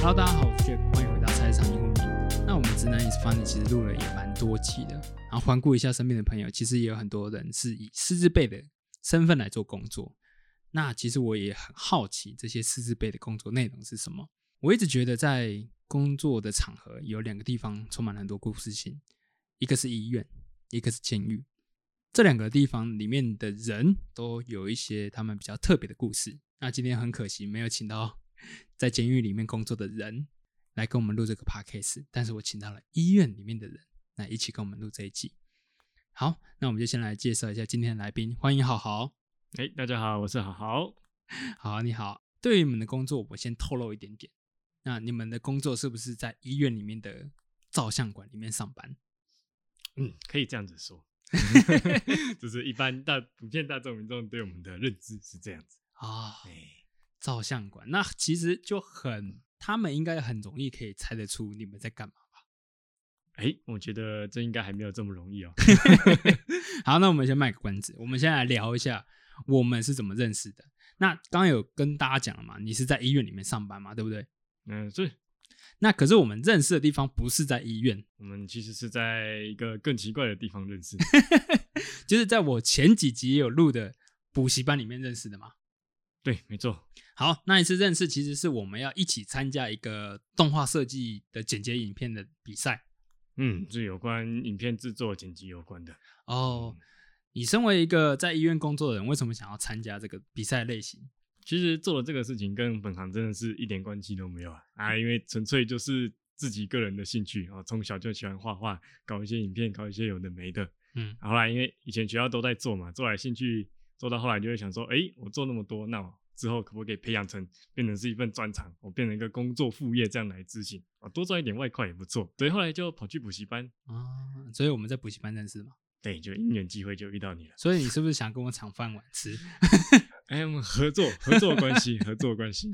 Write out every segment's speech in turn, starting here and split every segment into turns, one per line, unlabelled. Hello，大家好，我是 Jack，欢迎回到菜市场英文名。那我们直男 is funny 其实录了也蛮多期的，然后环顾一下身边的朋友，其实也有很多人是以师资辈的身份来做工作。那其实我也很好奇这些师资辈的工作内容是什么。我一直觉得在工作的场合有两个地方充满了很多故事性，一个是医院，一个是监狱。这两个地方里面的人都有一些他们比较特别的故事。那今天很可惜没有请到 在监狱里面工作的人来跟我们录这个 podcast，但是我请到了医院里面的人来一起跟我们录这一集。好，那我们就先来介绍一下今天的来宾，欢迎好好，
哎、大家好，我是好好。
好你好。对于你们的工作，我先透露一点点。那你们的工作是不是在医院里面的照相馆里面上班？
嗯，可以这样子 说，就是一般大普遍大众民众对我们的认知是这样子。
啊、
哎、
照相馆，那其实就很，他们应该很容易可以猜得出你们在干嘛 吧？
哎、我觉得这应该还没有这么容易 哦。
好，那我们先卖个关子，我们先来聊一下我们是怎么认识的。那刚刚有跟大家讲了嘛，你是在医院里面上班嘛，对不对？
嗯，所以
那可是我们认识的地方不是在医院，
我们其实是在一个更奇怪的地方 认识。
就是在我前几集也有录的补习班里面认识的嘛。
对，没错。
好，那一次认识其实是我们要一起参加一个动画设计的剪接影片的比赛
嗯，是有关影片制作、剪辑有关的。
哦。你身为一个在医院工作的人，为什么想要参加这个比赛类型？
其实做了这个事情跟本行真的是一点关系都没有啊啊，因为纯粹就是自己个人的兴趣啊，从小就喜欢画画，搞一些影片，搞一些有的没的。
嗯
后来因为以前学校都在做嘛，做来兴趣做到后来就会想说，诶，我做那么多，那我之后可不可以培养成变成是一份专长，我变成一个工作副业这样来执行啊，多赚一点外快也不错。所以后来就跑去补习班，
啊，所以我们在补习班认识嘛。
对，就因缘机会就遇到你了。
所以你是不是想跟我抢饭碗吃？
哎，我们合作，合作关系，合作关系。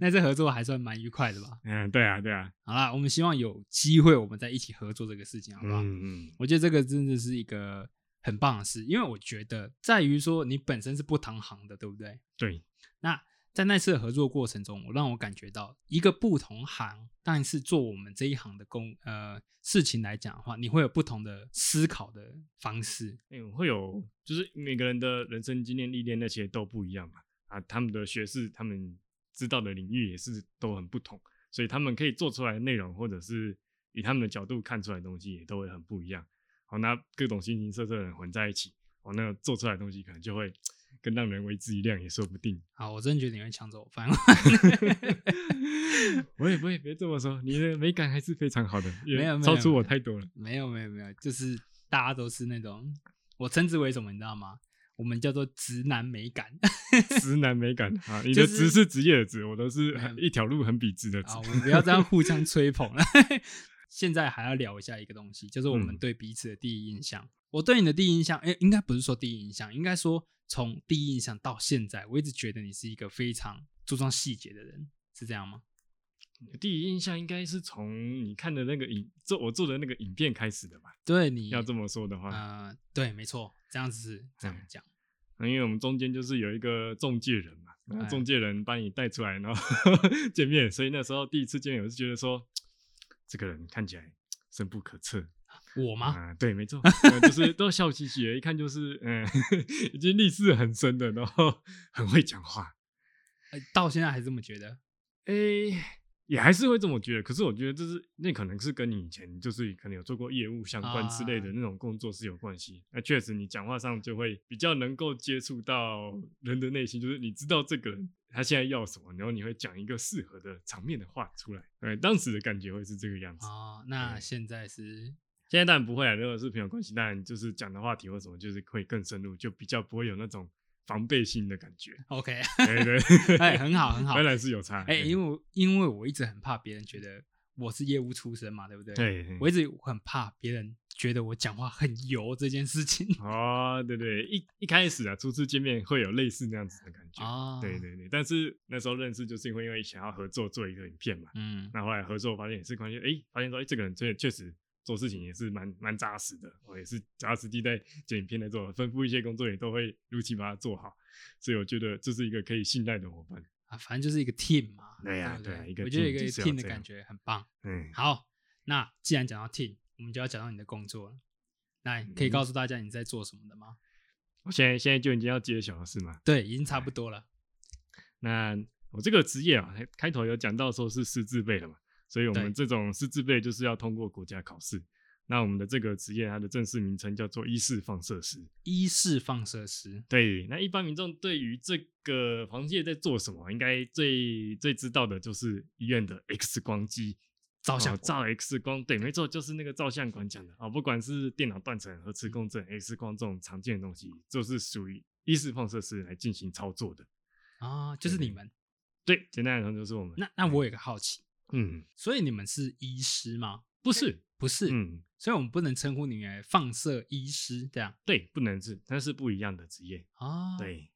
那这合作还算蛮愉快的吧？
嗯，对啊，对啊，
好啦，我们希望有机会我们再一起合作这个事情，好不好？
嗯嗯，
我觉得这个真的是一个很棒的事，因为我觉得在于说你本身是不同行的，对不对？
对，
那在那次的合作过程中，我让我感觉到一个不同行，但是做我们这一行的工呃事情来讲的话，你会有不同的思考的方式。
哎、我会有，就是每个人的人生经验、历练那些都不一样嘛。啊，他们的学识、他们知道的领域也是都很不同，所以他们可以做出来的内容，或者是以他们的角度看出来的东西，也都会很不一样。好，那各种形形色色的人混在一起，哦，那做出来的东西可能就会更让人为之一亮，也说不定。
好，啊我真的觉得你会抢走我饭碗。
不会不会，别这么说，你的美感还是非常好的，也
没有没有
超出
没有
我太多了。
没有没有没有，就是大家都是那种，我称之为什么，你知道吗？我们叫做直男美感
直男美感啊，你
就
的
是
直是职业的直，我都是
没有
一条路很笔直的直
啊，我。们不要这样互相吹捧了。 现在还要聊一下一个东西，就是我们
嗯
对彼此的第一印象。我对你的第一印象，哎、应该不是说第一印象，应该说从第一印象到现在，我一直觉得你是一个非常注重细节的人，是这样吗？
第一印象应该是从你看的那个影，做我做的那个影片开始的吧？
对你
要这么说的话，
呃，对，没错，这样子是这样
嗯
讲。
因为我们中间就是有一个中介人嘛，那
哎
中介人把你带出来，然后 见面，所以那时候第一次见面，我是觉得说，这个人看起来深不可测
我吗？
啊、对，没错，呃就是 都笑嘻嘻的，一看就是嗯， 已经历史很深的，然后 很会讲话，
呃到现在还是这么觉得。
诶、也还是会这么觉得。可是我觉得这是那可能是跟你以前就是可能有做过业务相关之类的
啊
那种工作是有关系。那确实你讲话上就会比较能够接触到人的内心，就是你知道这个人他现在要什么，然后你会讲一个适合的场面的话出来。对，当时的感觉会是这个样子。
哦，那
对
现在是
现在当然不会啊，如果是朋友关系，当然就是讲的话题或什么，就是会更深入，就比较不会有那种防备心的感觉。
OK，
对对，
哎很好很好
当然是有差。
哎、
对
因为我因为我一直很怕别人觉得我是业务出身嘛，对不对？，
对，对
我一直很怕别人觉得我讲话很油这件事 情
哦，对对，一一开始啊，初次见面会有类似那样子的感觉。
啊
对，对对，但是那时候认识就是因为因为想要合作做一个影片嘛，
嗯，
那后来合作发现也是关系，哎，发现说哎这个人确确实做事情也是蛮蛮扎实的，我也是脚踏实地在剪影片在做，吩咐一些工作也都会如期把它做好，所以我觉得这是一个可以信赖的伙伴。
啊，反正就是一个 team 嘛。
对呀
不
对呀一个
我觉得
team
一个
就是要
team 的
这样
感觉很棒。
嗯，
好，那既然讲到 team，我们就要讲到你的工作了。那可以
嗯
告诉大家你在做什么的吗？
我现在现在就已经要揭晓了是吗？
对，已经
哎
差不多了。
那我这个职业啊，开头有讲到说是师字辈的嘛，所以我
对
们这种师字辈就是要通过国家考试。那我们的这个职业，它的正式名称叫做医事放射师。
一式放射师，
对，那一般民众对于这个螃蟹在做什么，应该最最知道的就是医院的 X 光机
照相
哦
馆
照 X 光，对，没错，就是那个照相馆讲的啊、哦不管是电脑断层、核磁共振、X 光这种常见的东西，就是属于医事放射师来进行操作的。
啊，就是你们。
对，简单来说就是我们。
那那我有个好奇，
嗯，
所以你们是医师吗？
不是，
不是，
嗯，
所以我们不能称呼你为放射医师这样
对，不能是，它是不一样的职业。
啊。，
对，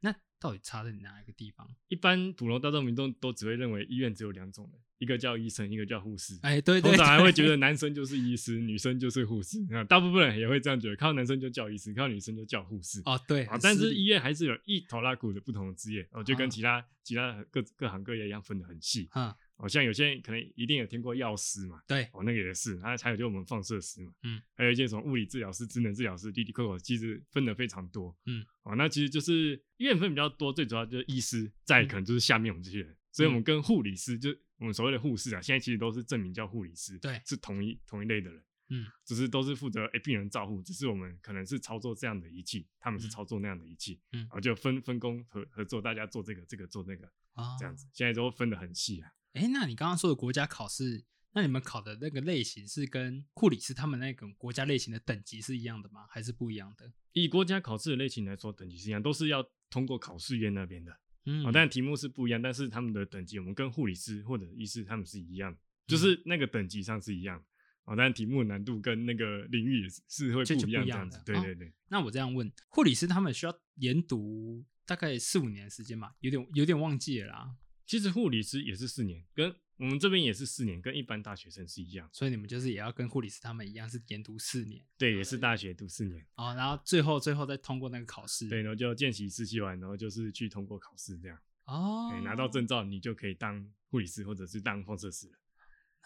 那到底差在哪一个地方？
一般普罗大众民众都只会认为医院只有两种人，一个叫医生，一个叫护士。
哎，对对
通
对，
常还会觉得男生就是医师，女生就是护士啊，大部分人也会这样觉得，看到男生就叫医师，看到女生就叫护士。
哦，对，
啊
很
但
失
是
礼
医院还是有一头拉骨的不同的职业，哦，就
啊
跟其他、其他各各行各业一样分得很细。
嗯，
好、像有些人可能一定有听过药师嘛，
对，
哦，那个也是，还还有就我们放射师嘛，
嗯，
还有一些什么物理治疗师、职能治疗师、滴滴扣扣，其实分的非常多，
嗯，
哦，那其实就是医院分比较多，最主要就是医师，
嗯
再可能就是下面我们这些人，所以我们跟护理师，就我们所谓的护士啊，现在其实都是证明叫护理师，
对
是同一同一类的人，
嗯，
只是都是负责诶病人照护，只是我们可能是操作这样的仪器，他们是
嗯
操作那样的仪器，
嗯
然后就分分工合合作，大家做这个这个做那个
啊，
这样子，现在都分得很细啊。
哎，那你刚刚说的国家考试，那你们考的那个类型是跟库里斯他们那种国家类型的等级是一样的吗？还是不一样的？
以国家考试的类型来说，等级是一样，都是要通过考试院那边的。
嗯
哦，但题目是不一样，但是他们的等级，我们跟护理师或者医师他们是一样，
嗯
就是那个等级上是一样。哦，但题目难度跟那个领域也是是会
就就
不一样
不一
这
样
样
的
子。对
哦
对对，
那我这样问，护理师他们需要研读大概四五年的时间嘛？有点有点忘记了啦，
其实护理师也是四年，跟我们这边也是四年，跟一般大学生是一样。
所以你们就是也要跟护理师他们一样是研读四年
对，也是大学读四年。
哦，然后最后最后再通过那个考试，
对，然后就见习实习完，然后就是去通过考试这样，
哦
哎，，拿到证照你就可以当护理师或者是当放射师了。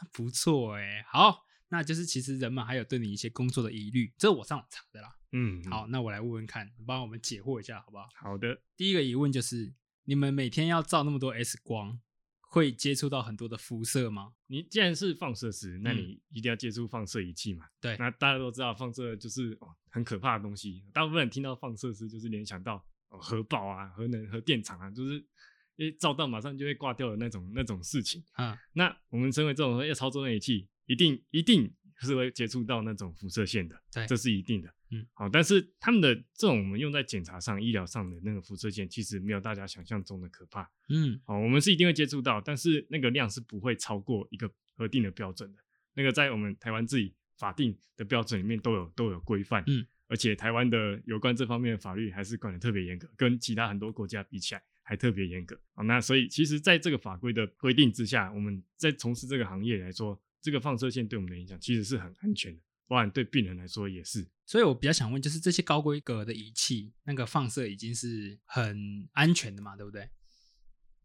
那不错哎、好，那就是其实人们还有对你一些工作的疑虑，这我上网查的啦。
嗯，
好，，那我来问问看，帮我们解惑一下好不好？
好的，
第一个疑问就是，你们每天要照那么多 X 光，会接触到很多的辐射吗？
你既然是放射师，那
嗯
你一定要接触放射仪器嘛。
对
那大家都知道放射就是哦很可怕的东西，大部分人听到放射师就是联想到、哦、核爆啊、核能、核电厂啊，就是一照到马上就会挂掉的那种那种事情。
嗯，
那我们身为这种要操作那仪器，一定一定是会接触到那种辐射线的，
对
这是一定的。
嗯，
好，但是他们的这种我们用在检查上、医疗上的那个辐射线，其实没有大家想象中的可怕。
嗯，
哦，我们是一定会接触到，但是那个量是不会超过一个核定的标准的。那个在我们台湾自己法定的标准里面都有都有规范，
嗯，
而且台湾的有关这方面的法律还是管得特别严格，跟其他很多国家比起来还特别严格。好，那所以其实在这个法规的规定之下，我们在从事这个行业来说，这个放射线对我们的影响其实是很安全的，包含对病人来说也是。
所以我比较想问，就是这些高规格的仪器，那个放射已经是很安全的嘛，对不对？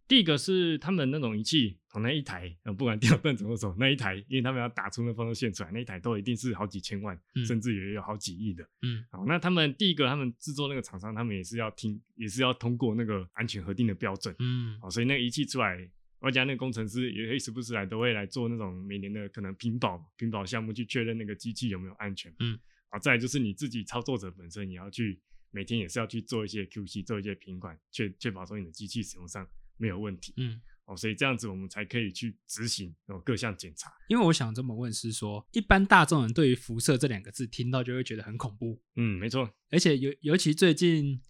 第一个是他们那种仪器，哦，那一台，呃，不管电脑 断层或什么，那一台，因为他们要打出那放射线出来，那一台都一定是好几千万，
嗯
甚至也有好几亿的。
嗯，
好，那他们第一个，他们制作那个厂商，他们也是要听，也是要通过那个安全核定的标准。
嗯，
好，所以那个仪器出来，外加那个工程师也会时不时来都会来做那种每年的可能屏保屏保项目，去确认那个机器有没有安全。
嗯，
好，再来就是你自己操作者本身也要去每天也是要去做一些 QC，做一些品管，确确保说你的机器使用上没有问题。
嗯，
哦，所以这样子我们才可以去执行哦各项检查。
因为我想这么问是说，一般大众人对于辐射这两个字听到就会觉得很恐怖，
嗯，没错。
而且尤尤其最近，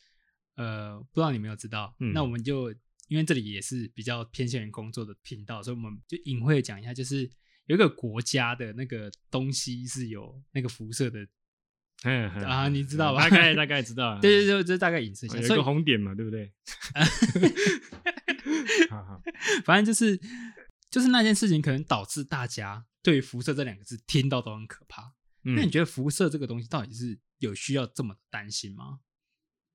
呃，不知道你有没有知道，
嗯
那我们就因为这里也是比较偏向于工作的频道，所以我们就隐晦地讲一下，就是有一个国家的那个东西是有那个辐射的，
嗯
啊你知道吧
大概大概知 道啊。
对对对，这大概隐射一
哦
下，
有一
所以
个红点嘛，对不对？ 好好，
反正就是就是那件事情可能导致大家对于辐射这两个字听到都很可怕。
嗯
那你觉得辐射这个东西到底是有需要这么担心吗？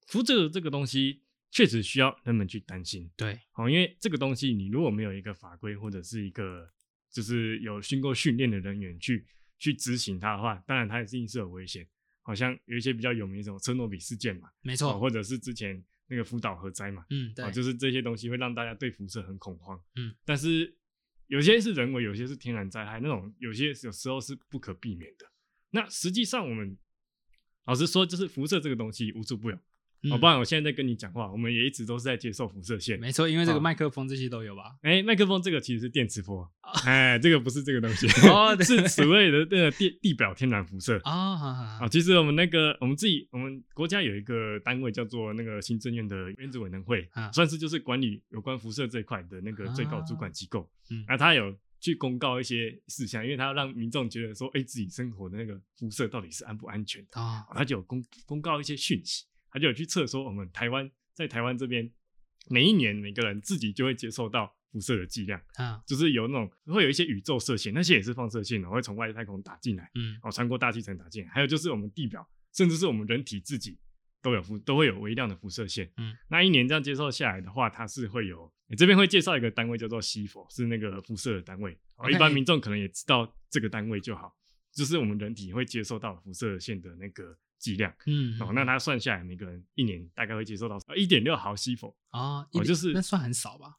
辐射这个东西，确实需要他们去担心。
对，
好，因为这个东西你如果没有一个法规或者是一个就是有经过训练的人员去去执行它的话，当然它一定是有危险。好像有一些比较有名的什么车诺比事件嘛，
没
哦，
错，
或者是之前那个福岛核灾嘛，
嗯，对
哦，，就是这些东西会让大家对辐射很恐慌。
嗯，
但是有些是人为，有些是天然灾害，那种有些有时候是不可避免的。那实际上我们老实说，就是辐射这个东西无处不有。
嗯
好、哦不然我现在在跟你讲话，我们也一直都是在接受辐射线。
没错，因为这个
哦
麦克风这些都有吧？
哎，麦克风这个其实是电磁波，哎，这个不是这个东西，
哦对
是所谓的那个地地表天然辐射。
啊，好好
啊，
好，
其实我们那个我们自己我们国家有一个单位叫做那个行政院的原子委员会，
啊
算是就是管理有关辐射这一块的那个最高主管机构。
嗯
那他有去公告一些事项，因为他要让民众觉得说，哎、自己生活的那个辐射到底是安不安全的，
啊，
他就有公公告一些讯息，他就有去测说我们台湾在台湾这边每一年每个人自己就会接受到辐射的剂量，
啊，
就是有那种会有一些宇宙射线，那些也是放射线，然后会从外太空打进来。
嗯，
哦，穿过大气层打进来，还有就是我们地表，甚至是我们人体自己都有辐都会有微量的辐射线。
嗯，
那一年这样接受下来的话，它是会有、诶这边会介绍一个单位叫做 c 佛，是那个辐射的单位。哦，
OK
一般民众可能也知道这个单位就好，就是我们人体会接受到辐射线的那个剂量。
嗯，
哦，那它算下来，每个人一年大概会接受到呃一点六毫西弗，
啊，
哦
一
就是
那算很少吧？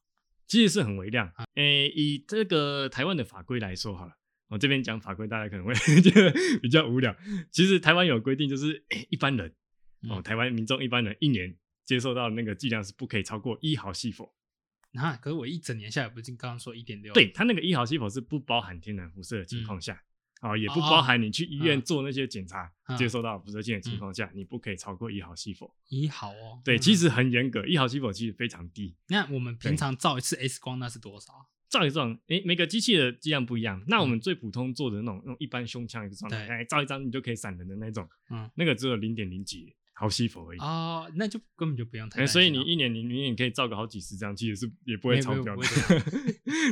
其实是很微量。
啊
诶、以这个台湾的法规来说好了，我这边讲法规，大家可能会 觉得比较无聊。其实台湾有规定，就是、诶一般人哦，
嗯
台湾民众一般人一年接受到的那个剂量是不可以超过一毫西弗。
那可是我一整年下来，不是刚刚说一点六？
对，，它那个一毫西弗是不包含天然辐射的情况下，哦，也不包含你去医院
嗯
做那些检查、
嗯
接受到辐射线的情况下，你不可以超过一毫西弗。
一毫哦。
对，
嗯
其实很严格，一毫西弗其实非常低。
那我们平
对
常照一次 X 光那是多少？啊
照一照，诶、每个机器的剂量不一样。那我们最普通做的那种，那种一般胸腔 X 光，
嗯对
哎，照一张你就可以闪人的那种，
嗯，
那个只有零点零几毫西弗而已。
哦，那就根本就不用太
哎
担心
所
了。
以你一年你你也可以照个好几十张，其实是也不
没
会
有
超标
不
的
会。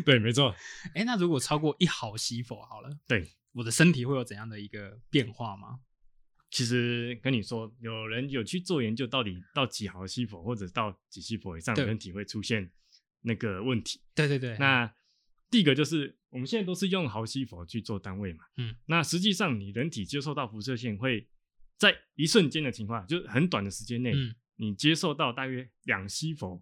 对，没错，
哎，那如果超过一毫西否好了，
对，
我的身体会有怎样的一个变化吗？
其实跟你说，有人有去做研究，到底到几毫西弗或者到几西弗以上，
对
人体会出现那个问题。
对对对，
那第一个就是我们现在都是用毫西弗去做单位嘛，
嗯，
那实际上你人体接受到辐射线会在一瞬间的情况下，就是很短的时间内，
嗯
你接受到大约两西弗，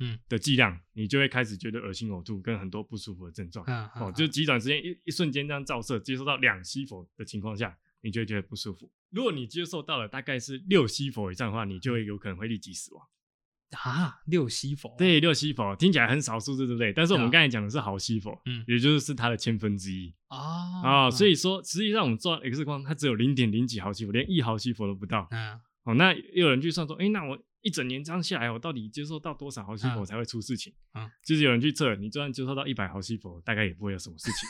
嗯
的剂量，你就会开始觉得恶心、呕吐跟很多不舒服的症状，
嗯
哦，就极短时间一一瞬间这样照射，接受到两西弗的情况下，你就会觉得不舒服。如果你接受到了大概是六西弗以上的话，你
嗯
就会有可能会立即死亡。
哦啊六西否，，
对，六西弗听起来很少数字，对不对？但是我们
对啊
刚才讲的是毫西弗，
嗯
也就是它的千分之一
哦
啊、所以说，实际上我们做 X 光，它只有零点零几毫西弗，连一毫西弗都不到。
嗯
哦，那也有人去算说，哎，那我一整年这样下来，我到底接受到多少毫西弗
嗯
才会出事情？
嗯
就是有人去测，你就算接受到一百毫西弗，大概也不会有什么事 情。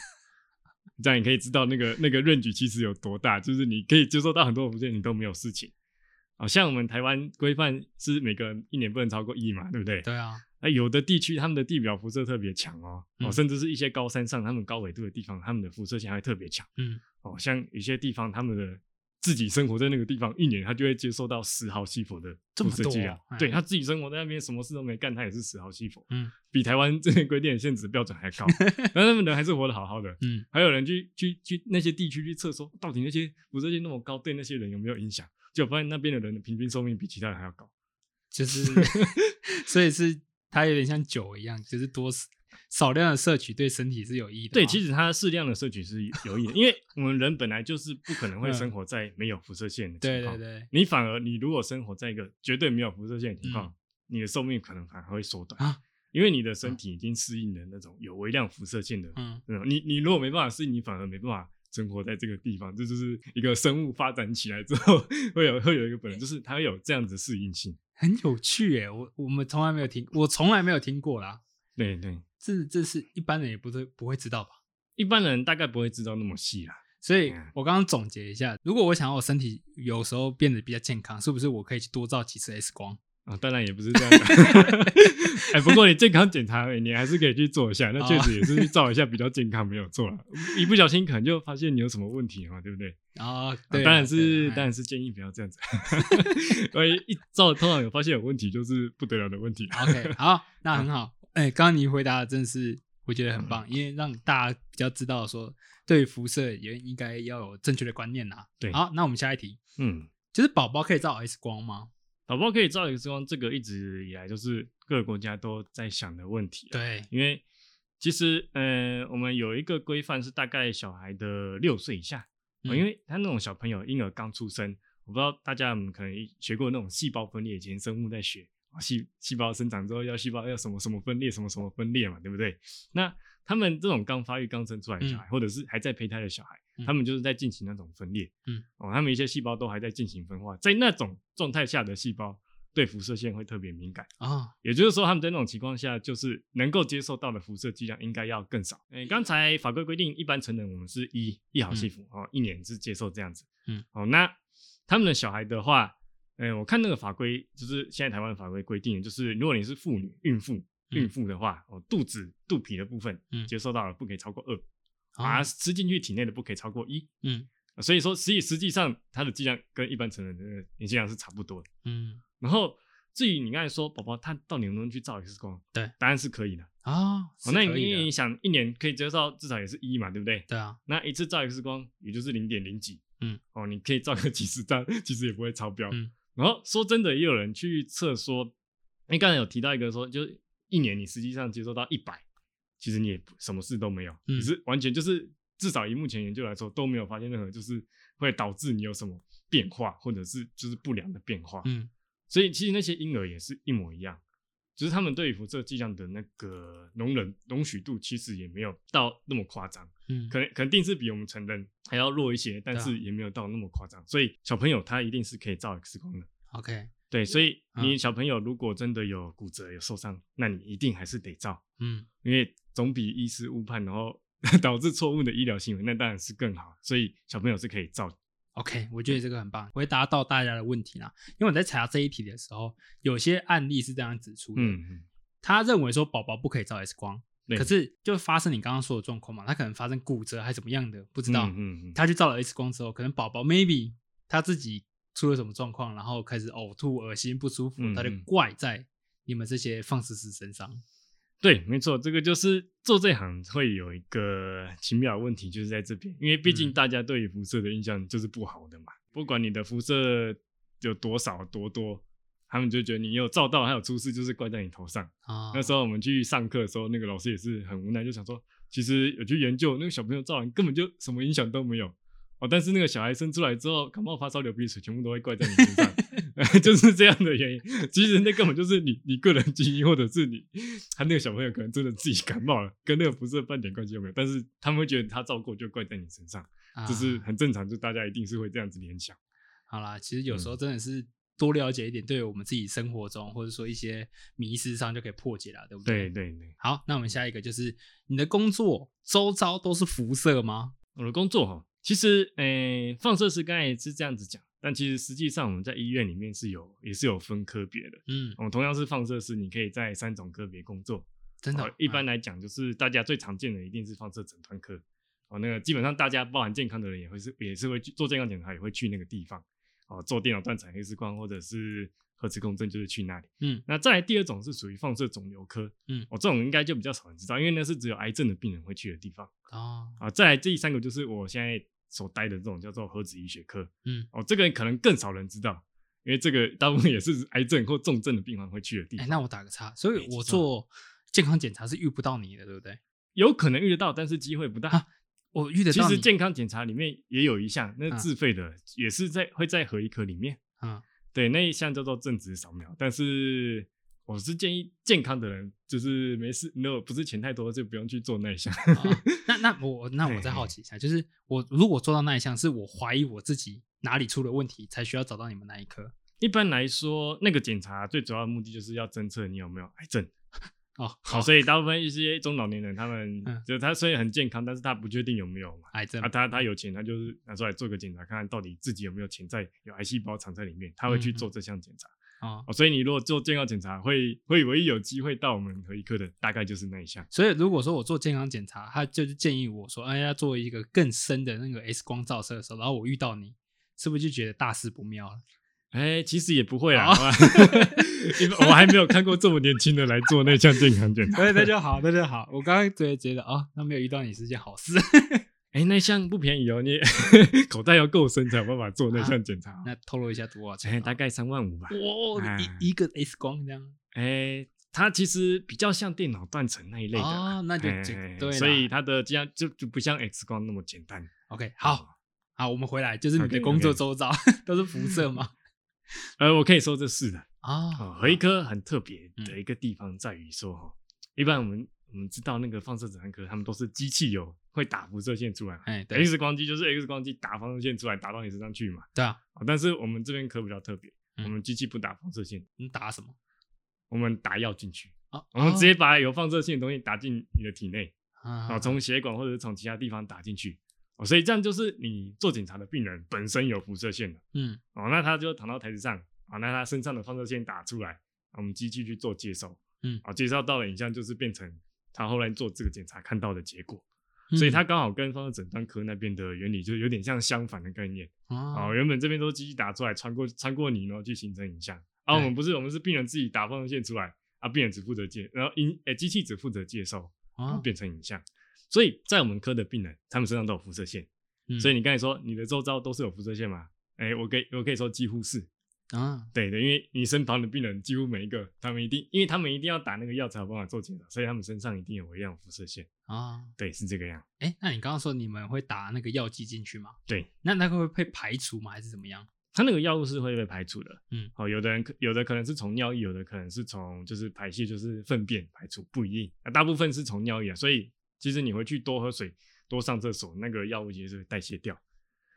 这样你可以知道那个那个 range 其实有多大，就是你可以接受到很多福建你都没有事情。好、像我们台湾规范是每个人一年不能超过一嘛，对不对？
对啊，
那有的地区他们的地表辐射特别强哦，哦，
嗯
甚至是一些高山上他们高纬度的地方，他们的辐射线还会特别强
嗯
哦。像有些地方他们的自己生活在那个地方，一年他就会接受到十毫西弗的
这
辐
么
射剂量
多哎，
对他自己生活在那边什么事都没干，他也是十毫西弗，
嗯
比台湾这边规定的限制标准还 高，但他们人还是活得好好的。
嗯
还有人去去去那些地区去测说，到底那些辐射线那么高，对那些人有没有影响？结果发现那边的人的平均寿命比其他人还要高。
就是 所以是它有点像酒一样，就是多少量的摄取对身体是有益的吗。
对，其实它适量的摄取是有益的，因为我们人本来就是不可能会生活在没有辐射线的
嗯对
情况。
对对
你反而你如果生活在一个绝对没有辐射线的情况，
嗯
你的寿命可能反而会缩短，
啊
因为你的身体已经适应了那种有微量辐射线的。
嗯
那种。你你如果没办法适应，你反而没办法。生活在这个地方，这就是一个生物发展起来之后 会有会有一个本能，就是它会有这样子适应性。
很有趣耶，我我们从来没有听，我从来没有听过啦。
对对，
这这是一般人也不是不会知道吧？
一般人大概不会知道那么细啦。
所以
嗯
我刚刚总结一下，如果我想要我身体有时候变得比较健康，是不是我可以去多照几次 X 光？
啊，当然也不是这样的。哎，不过你健康检查、哎你还是可以去做一下，那确实也是去照一下比较健康，没有错了。一不小心可能就发现你有什么问题嘛，对不对？
啊，
啊
对啊，
当然是
对啊
当然是建议不要这样子。 万一一照通常有发现有问题，就是不得了的问题。啊
OK，好，那很好。哎、刚刚你回答的真的是我觉得很
嗯
棒，因为让大家比较知道说对辐射也应该要有正确的观念啦。
对
好，那我们下一题，
嗯，就
就
是
是宝宝可以照 X 光吗？
宝宝可以照 X 光，这个一直以来就是各个国家都在想的问题、啊。
对，
因为其实呃，我们有一个规范是大概小孩的六岁以下，哦
嗯
因为他那种小朋友婴儿刚出生，我不知道大家有没有可能学过那种细胞分裂，以前生物在学啊细细胞生长之后要细胞要什么什么分裂，什么什么分裂嘛，对不对？那他们这种刚发育、刚生出来的小孩，或者是还在胚胎的小孩，
嗯
他们就是在进行那种分裂，
嗯，
哦，他们一些细胞都还在进行分化，在那种状态下的细胞对辐射线会特别敏感。
哦，
也就是说，他们在那种情况下，就是能够接受到的辐射剂量应该要更少。诶、刚才法规规定，一般成人我们是一一毫系服、哦，一年是接受这样子。
嗯，
哦，那他们的小孩的话，诶、我看那个法规就是现在台湾的法规规定，就是如果你是妇女、孕妇、
嗯
孕妇的话，哦，肚子、肚皮的部分，
嗯
接受到的不可以超过二、
啊
啊，，吃进去体内的不可以超过一。
嗯
所以说，实际实际上它的剂量跟一般成人的年剂量是差不多的。
嗯，
然后至于你刚才说宝宝他到底能不能去照 X 光，
对，
答案是可以的。
啊、哦，
哦
是
那
可
你
以的
你想一年可以接受至少也是一嘛，对不对？
对啊，
那一次照 X 光也就是零点零几，
嗯，
哦，你可以照个几十张，其实也不会超标。
嗯
然后说真的，也有人去测说，因为刚才有提到一个说，就是一年你实际上接受到一百，其实你也不什么事都没有，
嗯
你是完全就是至少以目前研究来说都没有发现任何就是会导致你有什么变化或者是就是不良的变化。
嗯
所以其实那些婴儿也是一模一样，只是他们对于辐射剂量的那个容忍容许度其实也没有到那么夸张，
嗯，
可能肯定是比我们成人还要弱一些，但
对啊
是也没有到那么夸张。所以小朋友他一定是可以照 X 光的。
OK，
对，所以你
嗯
小朋友如果真的有骨折、有受伤，那你一定还是得照，
嗯
因为总比医师误判然后 导致错误的医疗行为，那当然是更好。所以小朋友是可以照的。
，OK，我觉
嗯
得这个很棒，回答到大家的问题啦。因为我在查这一题的时候，有些案例是这样指出的，
嗯，嗯
他认为说宝宝不可以照 X 光，
对
可是就发生你刚刚说的状况嘛，他可能发生骨折还是怎么样的，不知道。
嗯嗯嗯，
他去照了 X 光之后，可能宝宝 maybe 他自己出了什么状况，然后开始呕吐、恶心、不舒服，
嗯
他就
嗯
怪在你们这些放射师身上。
对，没错，这个就是做这行会有一个奇妙的问题，就是在这边，因为毕竟
嗯
大家对于辐射的印象就是不好的嘛，不管你的辐射有多少多多，他们就觉得你有照到，还有出事，就是怪在你头上。
啊，
那时候我们去上课的时候，那个老师也是很无奈，就想说，其实有去研究，那个小朋友照完根本就什么影响都没有哦，但是那个小孩生出来之后，感冒、发烧、流鼻水，全部都会怪在你身上，就是这样的原因。其实那根本就是你你个人基因，或者是你他那个小朋友可能真的自己感冒了，跟那个辐射半点关系都没有，但是他们会觉得他照过就怪在你身上，
啊
这是很正常，就大家一定是会这样子联想。
好啦，其实有
嗯
时候真的是多了解一点，对于我们自己生活中或者说一些迷失上就可以破解了，对不
对？对对。
好，那我们下一个就是你的工作周遭都是辐射吗？
我的工作哈，其实诶、呃放射师刚才也是这样子讲，但其实实际上我们在医院里面是有也是有分科别的。
嗯，
我们同样是放射师，你可以在三种科别工作。
真的
哦
哦，
一般来讲就是大家最常见的一定是放射诊断科。哦，那个基本上大家包含健康的人也会是也是会去做健康检查，也会去那个地方。哦，做电脑断层、黑丝光或者是核磁共振，就是去那里。
嗯
那再来第二种是属于放射肿瘤科。
嗯
哦，这种应该就比较少人知道，因为那是只有癌症的病人会去的地方。
哦，
啊，再来第三个就是我现在所待的这种叫做核子医学科
嗯，
哦，这个可能更少人知道，因为这个大部分也是癌症或重症的病患会去的地
哎、
方，
那我打个岔，所
哎
以
请
我
说
做健康检查是遇不到你的，对不对？
有可能遇得到，但是机会不大。
啊我遇得
其
到
实
你
健康检查里面也有一项，那
嗯
自费的、也是在会在核医科里面，
嗯，
对，那一项叫做正直扫描，但是。我是建议健康的人，就是没事，如果不是钱太多，就不用去做那一项。
哦那那我那我再好奇一下，就是我如果做到那一项，是我怀疑我自己哪里出了问题，才需要找到你们那一科
一般来说，那个检查最主要的目的就是要侦测你有没有癌症。
哦。
好，所以大部分一些中老年人，他们
嗯
就是他虽然很健康，但是他不确定有没有嘛。
癌症
啊，他他有钱，他
嗯
就是拿出来做个检查，看看到底自己有没有潜在有癌细胞藏在里面，他会去做这项检查。
哦。
哦，所以你如果做健康检查，会会唯一有机会到我们合一科的，大概就是那一项。
所以如果说我做健康检查，他就是建议我说，哎、要做一个更深的那个 X 光照射的时候，然后我遇到你，是不是就觉得大事不妙了？
哎，其实也不会啦，
哦
好吧 因为我还没有看过这么年轻的来做那项健康检查。
对，那就好，那就好。我刚刚觉得觉得哦，那没有遇到你是件好事。
哎，那项不便宜哦，你 口袋要够深才有办法做那
啊
项检查。哦
那透露一下多少
哎，
钱？啊
大概三万五吧。
哇、
哎
哦一一个 X 光这样
哎，它其实比较像电脑断层那一类的啦。
哦，那就
哎
就
哎
对啦。
所以它的这样就就不像 X 光那么简单。
OK，好，好，我们回来，就是你的
OK，OK
工作周遭 都是辐射嘛？
呃，我可以说这是的。
啊、
啊，核一科很特别的
嗯
一个地方在于说，哈，一般我们我们知道那个放射子弹科，他们都是机器有会打辐射线出来嘛
哎，对
，X 光机就是 X 光机打放射线出来打到你身上去嘛。
对啊，
啊但是我们这边科比较特别，
嗯
我们机器不打放射线，
你打什么？
我们打药进去，
啊，
我们直接把有放射线的东西打进你的体内，
啊，
啊，从血管或者是从其他地方打进去。哦，所以这样就是你做检查的病人本身有辐射线的，
嗯
哦，那他就躺到台子上，啊，那他身上的放射线打出来，我们机器去做接收，
嗯
啊，接收到的影像就是变成他后来做这个检查看到的结果，
嗯
所以它刚好跟放射诊断科那边的原理就有点像相反的概念，啊，
哦
原本这边都是机器打出来，穿过穿过你，然后去形成影像，啊，我们不是，我们是病人自己打放射线出来，啊，病人只负责接，然后影，诶，机器只负责接收，然后
哦，
变成影像，所以在我们科的病人，他们身上都有辐射线。
嗯
所以你刚才说你的周遭都是有辐射线吗？哎、我可以我可以说几乎是
啊，
对的，因为你身旁的病人几乎每一个，他们一定，因为他们一定要打那个药才有办法做检查，所以他们身上一定有微量辐射线。
啊，
对，是这个样。
哎、那你刚刚说你们会打那个药剂进去吗？
对，
那那个会被排除吗？还是怎么样？
它那个药物是会被排除的。
嗯，
哦，有的人可有的可能是从尿液，有的可能是从就是排泄，就是粪便排除，不一定。那大部分是从尿液啊，所以其实你回去多喝水、多上厕所，那个药物其实会代谢掉。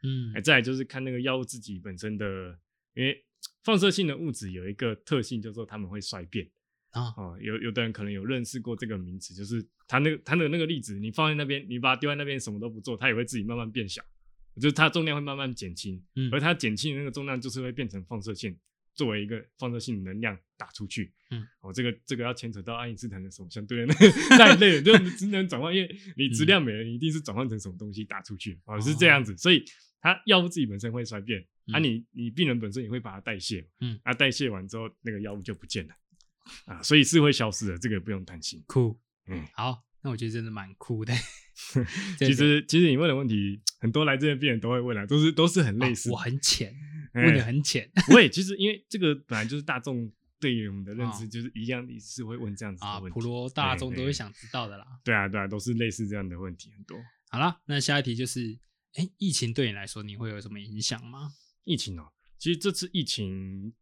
嗯
哎、，再来就是看那个药物自己本身的，因为放射性的物质有一个特性，就是说它们会衰变
啊、
哦。有有的人可能有认识过这个名词，就是它那个它的那个粒子，你放在那边，你把它丢在那边，什么都不做，它也会自己慢慢变小，就是它的重量会慢慢减轻，
嗯
而它减轻的那个重量就是会变成放射线，作为一个放射性能量打出去。
嗯，
哦，这个这个要牵扯到爱因斯坦的什么相对论 那一类的，就是你质能转换，因为你
嗯
质量美了，你一定是转换成什么东西打出去，哦，是这样子。所以它药物自己本身会衰变，啊
嗯
你，你病人本身也会把它代谢，
嗯，
啊，代谢完之后那个药物就不见了，啊，所以是会消失的，这个不用担心。
酷，
嗯，
好，那我觉得真的蛮酷的。这
其实其实你问的问题，很多来这边的病人都会问啊，都是都是很
啊
类似的。
我很浅，
哎
问的很浅
不会，其实因为这个本来就是大众对于我们的认
啊
知，就是一样是会问这样子
啊，
的问
普
题。
罗大众
哎
都会
哎
想知道的啦。
对啊，对啊，都是类似这样的问题很多。
好啦，那下一题就是，哎、疫情对你来说，你会有什么影响吗？
疫情哦，其实这次疫情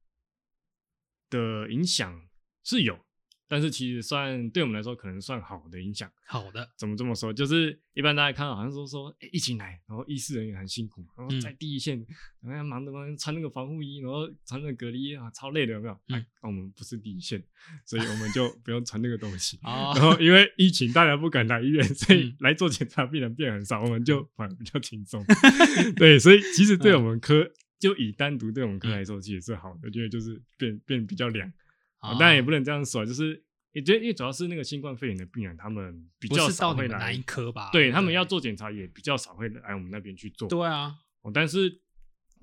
的影响是有，但是其实算对我们来说可能算好的影响。
好 的，
怎么这么说？就是一般大家看到好像说说，哎、疫情来，然后医师人员很辛苦，然后
嗯
在第一线，然后忙着忙着穿那个防护衣，然后穿那个隔离衣啊，超累的，有没有？
嗯
啊，我们不是第一线，所以我们就不用穿那个东西。
哦
然后因为疫情，大家不敢来医院，所以
嗯
来做检查病人变很少，我们就反而比较轻松。 对，所以其实
嗯
对我们科，就以单独对我们科来说，其实是好的，因为就是变变比较凉。啊，当然也不能这样说，就是也觉得，因为主要是那个新冠肺炎的病人，他们比
不
较
是
少
到你
会
们哪
来
一，科吧？
对
不
他们要做检查也比较少会来我们那边去做。
对啊，
哦，但是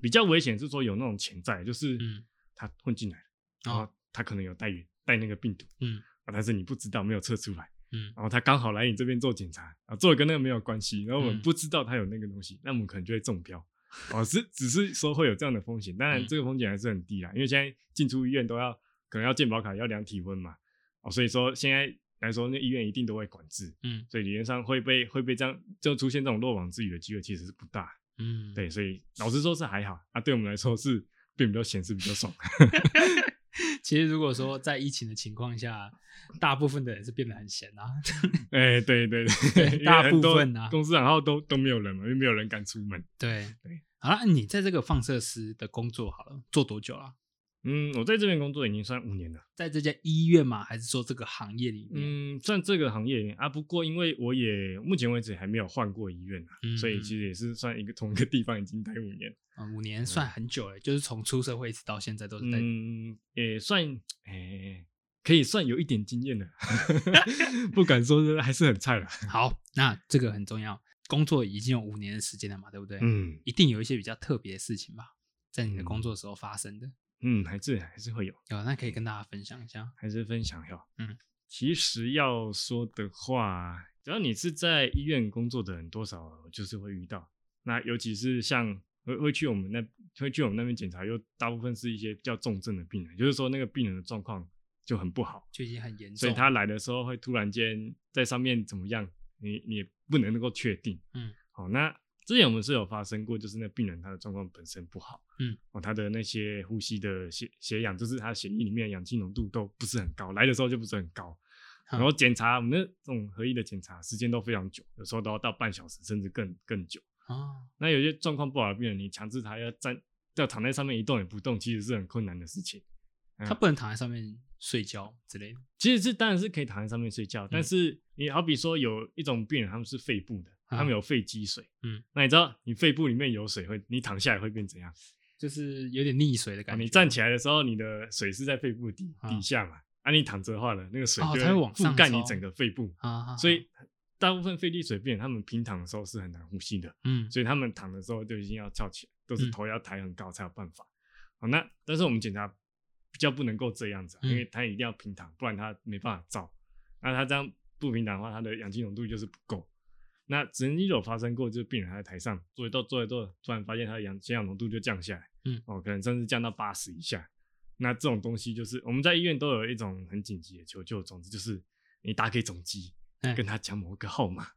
比较危险是说有那种潜在，就是
嗯
他混进来了，然
哦
后他可能有带源带那个病毒，
嗯
啊，但是你不知道，没有测出来，
嗯
然后他刚好来你这边做检查啊，做的跟那个没有关系，然后我们
嗯
不知道他有那个东西，那我们可能就会中标。哦，是只是说会有这样的风险，当然
嗯
这个风险还是很低啦，因为现在进出医院都要可能要健保卡要量体温嘛，哦，所以说现在来说，那医院一定都会管制，
嗯
所以理论上会被会被这样就出现这种漏网之鱼的机会其实是不大，
嗯，
对，所以老实说是还好啊，对我们来说是并没有显示比较爽，
其实如果说在疫情的情况下，大部分的人是变得很闲啊。
哎、对对
对
对，因为
大
很
部
多
分啊
公司然后都都没有人嘛，因为没有人敢出门，
对
对，
好了，你在这个放射师的工作好了，做多久了？
嗯，我在这边工作已经算五年了，
在这家医院嘛，还是说这个行业里面？
嗯，算这个行业啊。不过因为我也目前为止还没有换过医院啊，
嗯
所以
嗯
其实也是算一个同一个地方已经待五年。
啊、五年算很久了，就是从出社会一直到现在都是在。
嗯，也算，哎、可以算有一点经验的， 不敢说是还是很菜了。
好，那这个很重要，工作已经有五年的时间了嘛，对不对？，
嗯
一定有一些比较特别的事情吧，在你的工作的时候发生的。
嗯，还是还是会有，
有，啊那可以跟大家分享一下。
还是分享要。
嗯，
其实要说的话，只要你是在医院工作的人，多少就是会遇到。那尤其是像会会去我们那会去我们那边检查，又大部分是一些比较重症的病人，就是说那个病人的状况就很不好。
就已经很严重，
所以他来的时候会突然间在上面怎么样，你你也不能够确定。
嗯，
好，那之前我们是有发生过，就是那病人他的状况本身不好，
嗯，
哦，他的那些呼吸的血血氧，就是他血液里面的氧气浓度都不是很高，来的时候就不是很高。
嗯
然后检查，我们那种合一的检查时间都非常久，有时候都要到半小时甚至更更久。
哦，
那有些状况不好的病人，你强制他要站要躺在上面一动也不动，其实是很困难的事情。嗯
他不能躺在上面睡觉之类的。
其实是当然是可以躺在上面睡
嗯
觉，但是你好比说有一种病人他们是肺部的，
啊
他们有肺积水，
嗯，
那你知道你肺部里面有水会，你躺下来会变怎样？
就是有点溺水的
啊，
感觉。
你站起来的时候，你的水是在肺部底
啊
底下嘛？啊，你躺着的话呢，那个水
哦
就
它会往上
覆盖你
冲
整个肺部，
啊啊，啊
所以大部分肺积水病人他们平躺的时候是很难呼吸的，
嗯，
所以他们躺的时候就已经要翘起来，都是
嗯
头要抬很高才有办法。好，那但是我们检查比较不能够这样子、啊，
嗯
因为他一定要平躺，不然他没办法照。那他这样不平躺的话，他的氧气浓度就是不够。那曾经有发生过，就是病人他在台上做一做做一做，突然发现他的氧血氧浓度就降下来，
嗯，
哦，可能甚至降到八十以下。那这种东西就是我们在医院都有一种很紧急的求救，总之就是你打给总机
嗯，
跟他讲某个号码，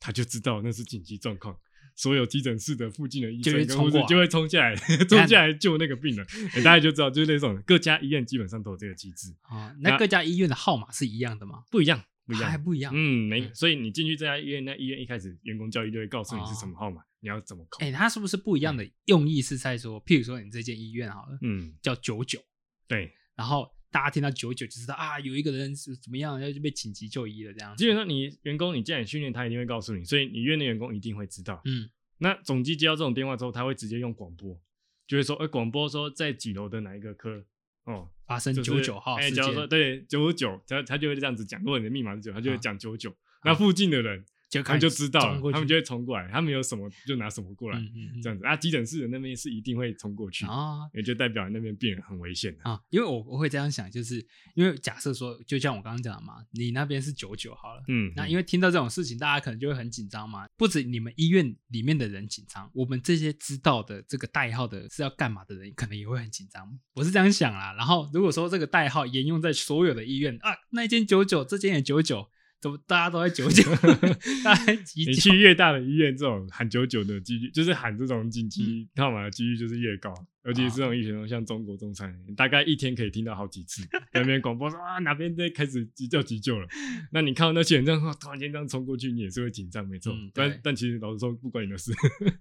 他就知道那是紧急状况。所有急诊室的附近的医
就会
生跟
冲
护
过
士
来
就会冲下来， 冲下来救那个病人。欸大家就知道，就是那种各家医院基本上都有这个机制，
啊，那
那
各家医院的号码是一样的吗？
不一样，不一
还
样。
不一样。
嗯，没，
嗯
所以你进去这家医院，那医院一开始员工教育就会告诉你是什么号码，你要怎么
哦
扣
哎，。它是不是不一样的用意是在说，譬如说你这间医院好了，
嗯，
叫九九，
对，
然后大家听到九九就知道啊，有一个人是怎么样，要就被紧急就医了这样
基
子。
本上你员工你既然训练，他一定会告诉你，所以你医院的员工一定会知道。
嗯，
那总机接到这种电话之后，他会直接用广播，就会说，哎、广播说在几楼的哪一个科哦，
发生
就是
九九号
哎，
事
假如说
件，
对九九，他他就会这样子讲。如果你的密码是九，他就会
啊
讲九九。那附近的人，
就
他
看
们就知道
冲过去
了，他们就会冲过来，他们有什么就拿什么过来，
嗯嗯嗯
这样子。啊，急诊室的那边是一定会冲过去，
啊
也就代表那边病人很危险的。
啊，因为我我会这样想，就是因为假设说，就像我刚刚讲的嘛，你那边是九九好了。
嗯，
那因为听到这种事情，大家可能就会很紧张嘛。不止你们医院里面的人紧张，我们这些知道的这个代号的是要干嘛的人，可能也会很紧张。我是这样想啦。然后如果说这个代号沿用在所有的医院啊，那一间九九，这间也九九，怎么大家都在九九， 大家在急
你
救
去越大的医院，这种喊九九的几率，就是喊这种紧
嗯
急号码的几率就是越高。尤其是
哦
这种医学中，像中国中餐，你大概一天可以听到好几次在那边广播说啊哪边在开始急救急救 了。那你看到那些人这样哇突然间这样冲过去，你也是会紧张，没错。
嗯对
但但其实老实说，不关你的事。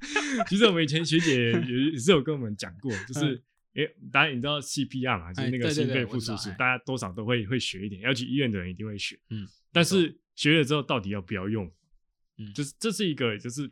其实我们以前学姐也也是有跟我们讲过，
嗯
就是。诶，当然你知道 CPR 嘛，就是那
哎
个
对对
心
对
肺
我
复
知道
苏术
哎，
大家多少都会会学一点，要去医院的人一定会学。
嗯，
但是学了之后到底要不要用？
嗯
就是这是一个就是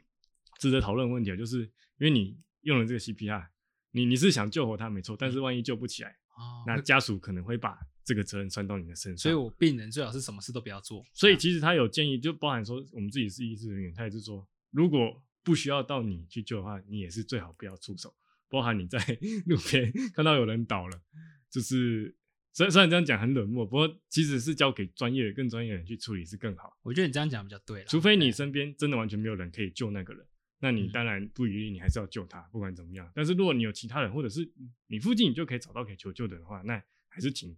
值得讨论的问题啊，就是因为你用了这个 CPR，你你是想救活他没错，但是万一救不起来，
嗯哦
那家属可能会把这个责任算到你的身上。
所以我病人最好是什么事都不要做。
所以
啊
其实他有建议，就包含说我们自己是医师人员，他也是说，如果不需要到你去救的话，你也是最好不要出手。包含你在 路边看到有人倒了，就是虽然虽然这样讲很冷漠，不过其实是交给专业的、更专业的人去处理是更好。
我觉得你这样讲比较对了，
除非你
对
身边真的完全没有人可以救那个人，那你
嗯
当然不予力，你还是要救他，不管怎么样。但是如果你有其他人，或者是你附近你就可以找到可以求救的人的话，那还是请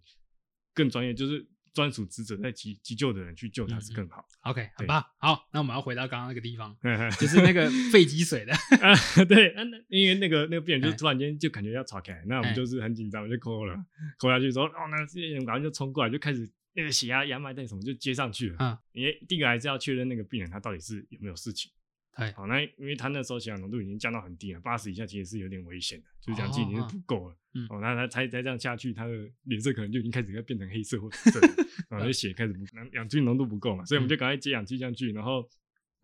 更专业，就是专属职责在急急救的人去救他
嗯
是更好。
OK 很
对
棒。好，那我们要回到刚刚那个地方，
就
就是 那个肺积水的。
啊， 对，啊那因为那个那个病人就
哎
突然间就感觉要岔开，那我
哎
们就是很紧张，我们就扣了，扣下去之后，哦，那这些人赶快就冲过来，就开始那个血压、压脉带什么就接上去了。
嗯，
你第一个还是要确认那个病人他到底是有没有事情，
对，
好，那因为他那时候血氧浓度已经降到很低了，八十以下其实是有点危险的，就是氧气已经是不够了。
嗯
哦，那他才再这样下去，他的脸色可能就已经开始要变成黑色或紫色 了，然后就血开始不，氧氧气浓度不够嘛，所以我
嗯
们就赶快接氧气上去，然后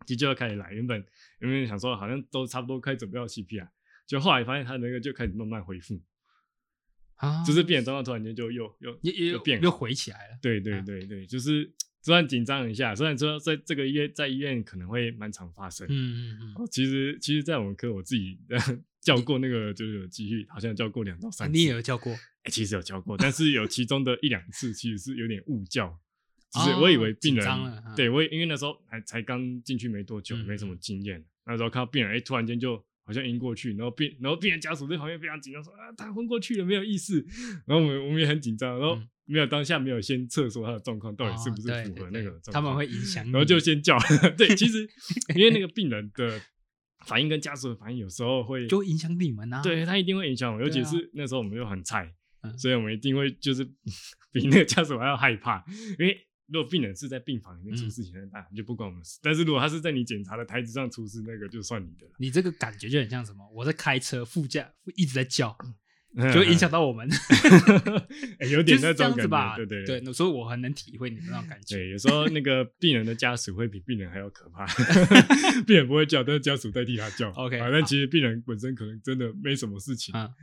急救要开始来。原本原本想说好像都差不多快准备要 CPR，就后来发现他那个就开始慢慢恢复，
啊，
就是变得状况突然间就又又
也也
又变
哦又
好
回起来了。
对对
啊
对对，就是虽然紧张一下，虽然说在这个医院在医院可能会蛮常发生，
嗯嗯嗯
哦，其实其实，在我们科我自己呃教过那个就是有机遇，好像教过两到
啊，
三次。
你也有叫过
哎、其实有教过，但是有其中的一两次其实是有点误教，就是我以为病
哦紧
人、
张了啊
对我也因为那时候还才刚进去没多久，
嗯
没什么经验，那时候看到病人哎、突然间就。好像晕过去，然后病，然后病人家属在旁边非常紧张，说啊，他昏过去了，没有意识。然后我们我们也很紧张，然后
嗯
没有当下没有先测说他的状况到底是不是
哦对
符合
对
那
对
个状况、
他们会影响你，
然后就先叫。对，其 实因为那个病人的反应跟家属的反应有时候会，
就会影响你们啊。
对他一定会影响我，尤
对
其
啊
是那时候我们又很菜，
嗯
所以我们一定会就是 比那个家属还要害怕，因为。如果病人是在病房里面出
嗯
事情，那当然就不关我们事。但是如果他是在你检查的台子上出事，那个就算你的
你这个感觉就很像什么？我在开车，副驾一直在叫，
了，
就会影响到我们，
哎
就
有嗯点那
是这
种
样
感
子吧？
觉，对对
对，所以我很能体会你们那种感觉。
对，有时候那个病人的家属会比病人还要 可怕，病人不会叫，但是家属代替他叫。
OK，
啊但其实病人本身可能真的没什么事情
嗯
啊，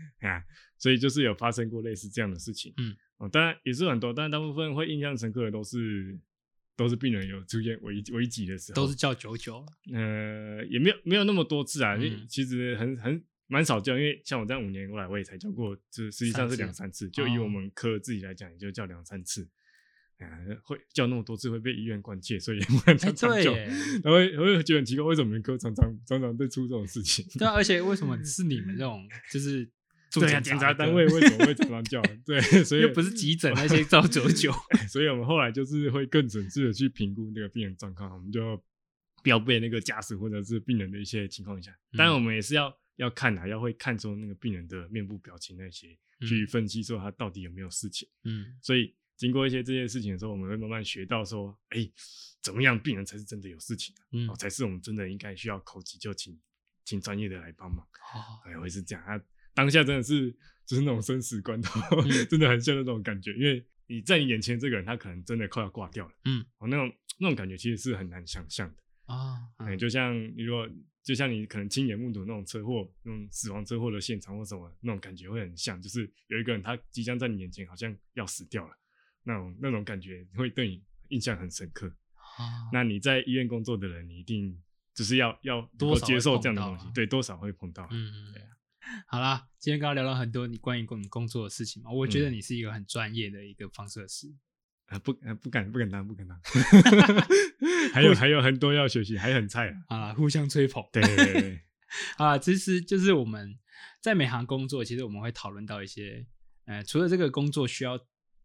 所以就是有发生过类似这样的事情。
嗯，
哦，当然也是很多，但大部分会印象深刻的都是都是病人有出现危危急的时候，
都是叫九九了。
呃，也没有没有那么多次啊，
嗯
因为其实很很蛮少叫，因为像我这样五年过来，我也才叫过，就是实际上是两三次，就
哦
以我们科自己来讲，也就叫两三次。啊，会叫那么多次会被医院关切，所以也不能
哎，
常常
对
叫。
耶，
然后会会觉得很奇怪，为什么我们科常常常常会出这种事情？
对啊，而且为什么是你们这种就是做
对啊，检
检
查
查
单 位为什么会常常叫？ 对，嗯所以
又不是急诊 那些叫九九？
所以我们后来就是会更准确的去评估那个病人状况，我们就不要被那个家属或者是病人的一些情况影响。
嗯
当然，我们也是要要看啊，要会看出那个病人的面部表情那些，
嗯
去分析说他到底有没有事情。
嗯，
所以经过一些这些事情的时候，我们会慢慢学到说，哎、怎么样病人才是真的有事情、啊，
嗯
哦，才是我们真的应该需要口急救请请专业的来帮忙。
哦，
哎，我也是这样。他当下真的是就是那种生死关头，
嗯
真的很像那种感觉，因为你在你眼前这个人，他可能真的快要挂掉了。
嗯，
哦，那种那种感觉其实是很难想象的。
啊，
哎、就像你如果就像你可能亲眼目睹那种车祸、那种死亡车祸的现场或什么，那种感觉会很像，就是有一个人他即将在你眼前好像要死掉了，那种那种感觉会对你印象很深刻。
啊
那你在医院工作的人，你一定就是要要能
多
够
少
接
会
受
碰
这样的
到
东西
啊，
对，多少会碰到啊。
嗯
对，
好啦，今天刚刚聊了很多你关于工工作的事情嘛，我觉
嗯
得你是一个很专业的一个放射师。
啊，不，啊不敢，不敢当，不敢当。还有还有很多要学习，还很菜啊。
好啦，互相吹捧。
对对对对，
啊，其实就是我们在每行工作，其实我们会讨论到一些，呃，除了这个工作需要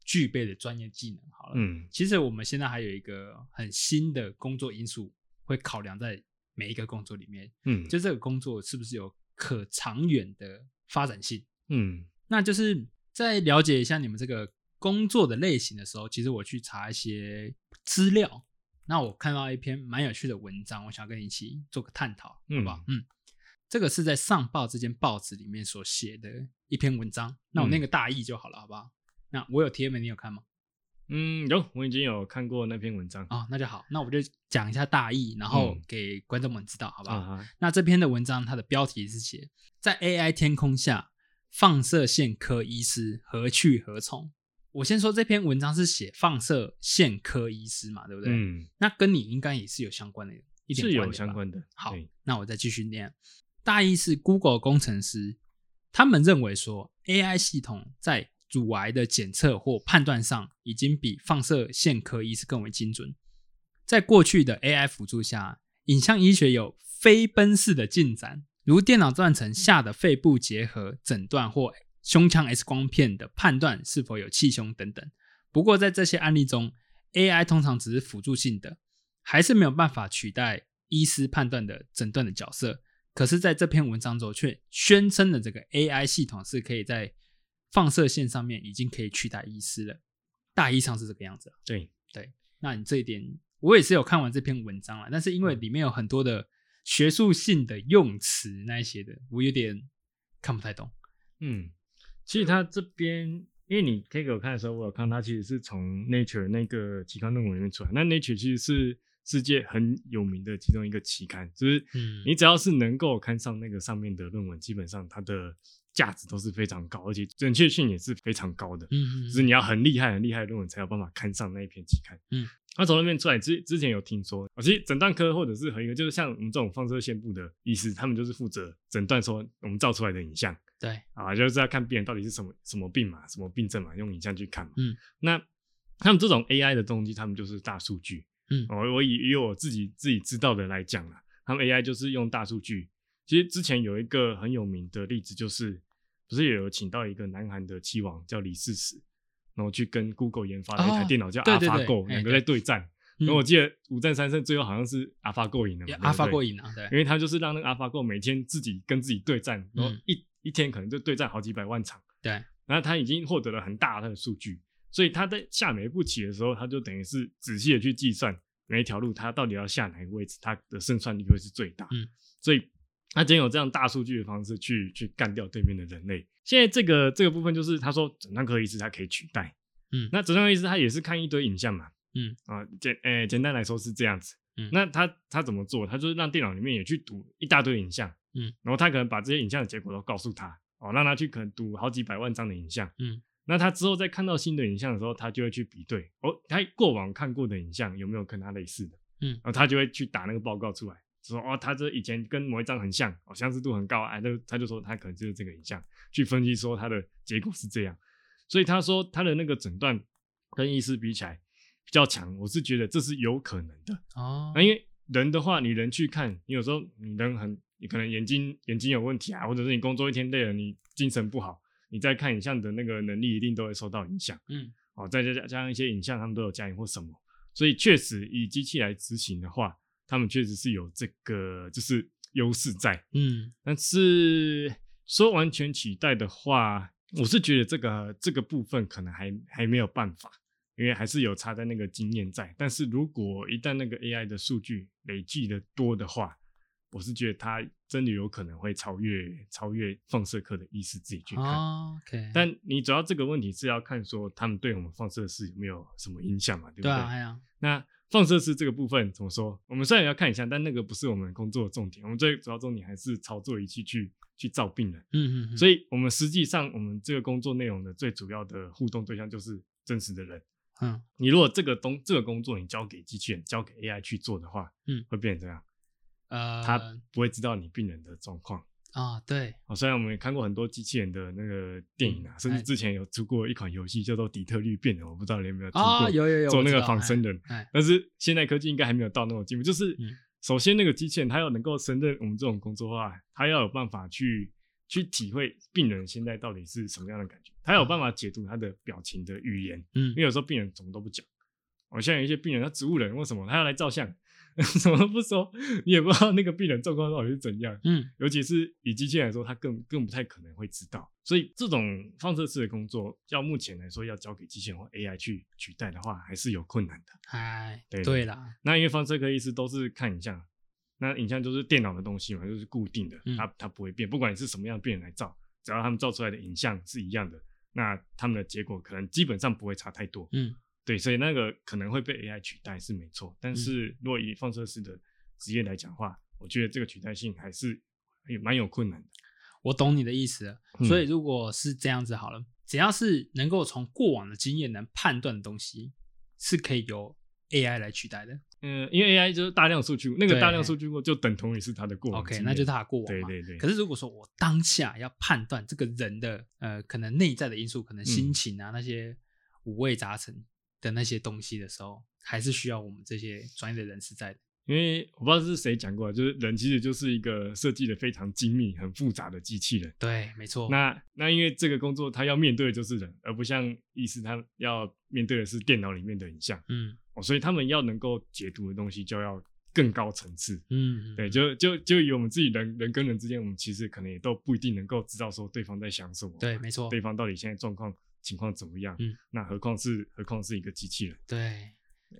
具备的专业技能，好了，
嗯
其实我们现在还有一个很新的工作因素会考量在每一个工作里面，
嗯，
就这个工作是不是有可长远的发展性？
嗯
那就是在了解一下你们这个工作的类型的时候，其实我去查一些资料，那我看到一篇蛮有趣的文章，我想跟你一起做个探讨，好
嗯
不好？嗯，这个是在《上报》这间报纸里面所写的一篇文章，那我念个大意就好了，好不好？那我有贴文，你有看吗？
嗯，有，我已经有看过那篇文章
啊、那就好，那我就讲一下大意，然后
嗯
给观众们知道，好不好？
啊，
那这篇的文章它的标题是写在 AI 天空下，放射线科医师何去何从？我先说这篇文章是写放射线科医师嘛，对不对？
嗯，
那跟你应该也是有相关的，一点
是
关
有
联
相
吧。
关的。
好
对，
那我再继续念。大意是 Google 工程师，他们认为说 AI 系统在乳癌的检测或判断上已经比放射线科医师更为精准。在过去的 AI 辅助下，影像医学有飞奔式的进展，如电脑断层下的肺部结合诊断或胸腔 X 光片的判断是否有气胸等等。不过在这些案例中，AI 通常只是辅助性的，还是没有办法取代医师判断的诊断的角色。可是，在这篇文章中却宣称的这个 AI 系统是可以在放射线上面已经可以取代医师了，大意上是这个样子啊。
对，
嗯那你这一点，我也是有看完这篇文章了，但是因为里面有很多的学术性的用词那一些的，我有点看不太懂。
嗯，其实他这边，因为你贴给我看的时候，我有看他其实是从 Nature 那个期刊论文里面出来。那 Nature 其实是世界很有名的其中一个期刊，就是
嗯
你只要是能够看上那个上面的论文，基本上它的价值都是非常高，而且准确性也是非常高的。
嗯
就是你要很厉害、很厉害的论文才有办法看上那一篇期刊。
嗯，
他从那边出来之之前有听说，啊其实诊断科或者是和一个就是像我们这种放射线部的医师，他们就是负责诊断说我们照出来的影像
对，
啊，就是要看病人到底是什么什么病嘛，什么病症嘛，用影像去看嘛。
嗯，
那他们这种 AI 的东西，他们就是大数据。
嗯
哦我以以我自己自己知道的来讲啦，他们 AI 就是用大数据。其实之前有一个很有名的例子，就是不是也有请到一个南韩的棋王叫李世石，然后去跟 Google 研发的一台
哦
电脑叫
对对对
AlphaGo，
哎
两个
对
在对战。然后我记得五战三胜，最后好像是 AlphaGo 赢了嘛。
嗯阿发
对不对
过瘾啊，对
因，为他就是让那个 AlphaGo 每天自己跟自己对战，然后
嗯
一、一天可能就对战好几百万场，
对，
然后他已经获得了很大的数据，所以他在下每一步棋的时候，他就等于是仔细的去计算每一条路他到底要下哪个位置，他的胜算率会是最大。
嗯，
所以他今天有这样大数据的方式去去干掉对面的人类。现在这个这个部分就是他说诊断科医师他可以取代，
嗯
那诊断科医师他也是看一堆影像嘛，
嗯
啊简诶、简单来说是这样子。
嗯
那他他怎么做？他就是让电脑里面也去读一大堆影像，
嗯，
然后他可能把这些影像的结果都告诉他，哦，让他去可能读好几百万张的影像，
嗯，
那他之后再看到新的影像的时候，他就会去比对，哦，他过往看过的影像有没有跟他类似的，
嗯
然后他就会去打那个报告出来，说哦，他这以前跟某一张很像，哦，相似度很高，哎、啊，就他就说他可能就是这个影像，去分析说他的结果是这样，所以他说他的那个诊断跟医师比起来比较强，我是觉得这是有可能的。
哦
那，因为人的话，你人去看，你有时候你人很，你可能眼睛眼睛有问题啊，或者是你工作一天累了，你精神不好，你再看影像的那个能力一定都会受到影响。
嗯，
哦，再加加上一些影像，他们都有加影或什么，所以确实以机器来执行的话，他们确实是有这个就是优势在。
嗯
但是说完全取代的话，我是觉得这个这个部分可能还还没有办法，因为还是有差在那个经验在。但是如果一旦那个 AI 的数据累积的多的话，我是觉得它真的有可能会超越超越放射科的医师自己去看。
哦，OK，
但你主要这个问题是要看说他们对我们放射师有没有什么影响嘛，对不
对啊，哎呀，
那放射师这个部分怎么说？我们虽然要看一下，但那个不是我们工作的重点。我们最主要重点还是操作仪器去去照病人。
嗯嗯，
所
以
以，我们实际上我们这个工作内容的最主要的互动对象就是真实的人。
嗯
你如果这个东这个工作你交给机器人、交给 AI 去做的话，
嗯
会变成这样，
呃，
他不会知道你病人的状况。
啊，对，
哦，虽然我们也看过很多机器人的那个电影啊，
嗯
甚至
哎
之前有出过一款游戏叫做《底特律变人》，我不知道你有没有听过？
啊，有有有，
做
我
那
知
个
道
仿生人，
哎哎，
但是现代科技应该还没有到那种进步，就是
嗯
首先那个机器人它要能够胜任我们这种工作的话，它要有办法去去体会病人现在到底是什么样的感觉，它有办法解读他的表情的语言，
嗯
因为有时候病人什么都不讲。我、现在有一些病人他植物人，为什么他要来照相， 什么都不说，你也不知道那个病人状况到底是怎样。
嗯
尤其是以机器人来说，它更更不太可能会知道。所以这种放射式的工作，要目前来说要交给机器人或 AI 去取代的话，还是有困难的。
哎，
对
对啦，
那因为放射科医师都是看影像，那影像就是电脑的东西嘛，就是固定的
嗯，
它它不会变，不管你是什么样的病人来照，只要他们照出来的影像是一样的，那他们的结果可能基本上不会差太多。
嗯
对，所以那个可能会被 AI 取代是没错，但是如果以放射师的职业来讲的话，我觉得这个取代性还是也蛮有困难的。
我懂你的意思了。
嗯
所以如果是这样子好了，只要是能够从过往的经验能判断的东西，是可以由 AI 来取代的。
嗯，因为 AI 就是大量数据库，那个
对
大量数据库就等同于是它的过往
OK，
经验
那就是它的过往
对
嘛。
对对，
可是如果说我当下要判断这个人的呃，可能内在的因素，可能
嗯
心情啊、那些五味杂陈的那些东西的时候，还是需要我们这些专业的人士在的。
因为我不知道是谁讲过，啊就是人其实就是一个设计的非常精密、很复杂的机器人。
对，没错。
那那因为这个工作，他要面对的就是人，而不像医师他要面对的是电脑里面的影像、
嗯
哦，所以他们要能够解读的东西就要更高层次。
嗯，嗯
对，就就就以我们自己人人跟人之间，我们其实可能也都不一定能够知道说对方在想什么，
对，没错。
对方到底现在状况情况怎么样。
嗯，
那何况是何况是一个机器人。
对，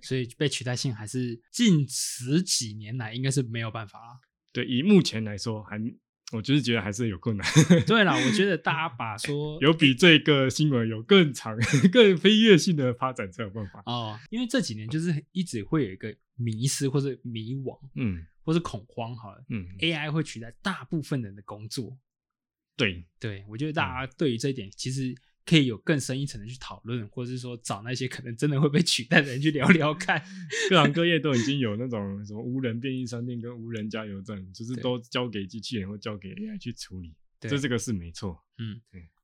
所以被取代性还是近十几年来应该是没有办法了。
对，以目前来说，还我就是觉得还是有困难。
对啦，我觉得大家把说
有比这个新闻有更长、 更飞跃性的发展才有办法。
哦，因为这几年就是一直会有一个迷失或者迷惘
嗯
或者恐慌，好了
嗯，
，AI 会取代大部分人的工作。
对，
对我觉得
嗯
大家对于这一点其实。可以有更深一层的去讨论，或者是说找那些可能真的会被取代的人去聊聊看。
各行各业都已经有那种什么无人便利商店跟无人加油站，就是
对
都交给机器人或交给 AI 去处理。
对
这这个是没错。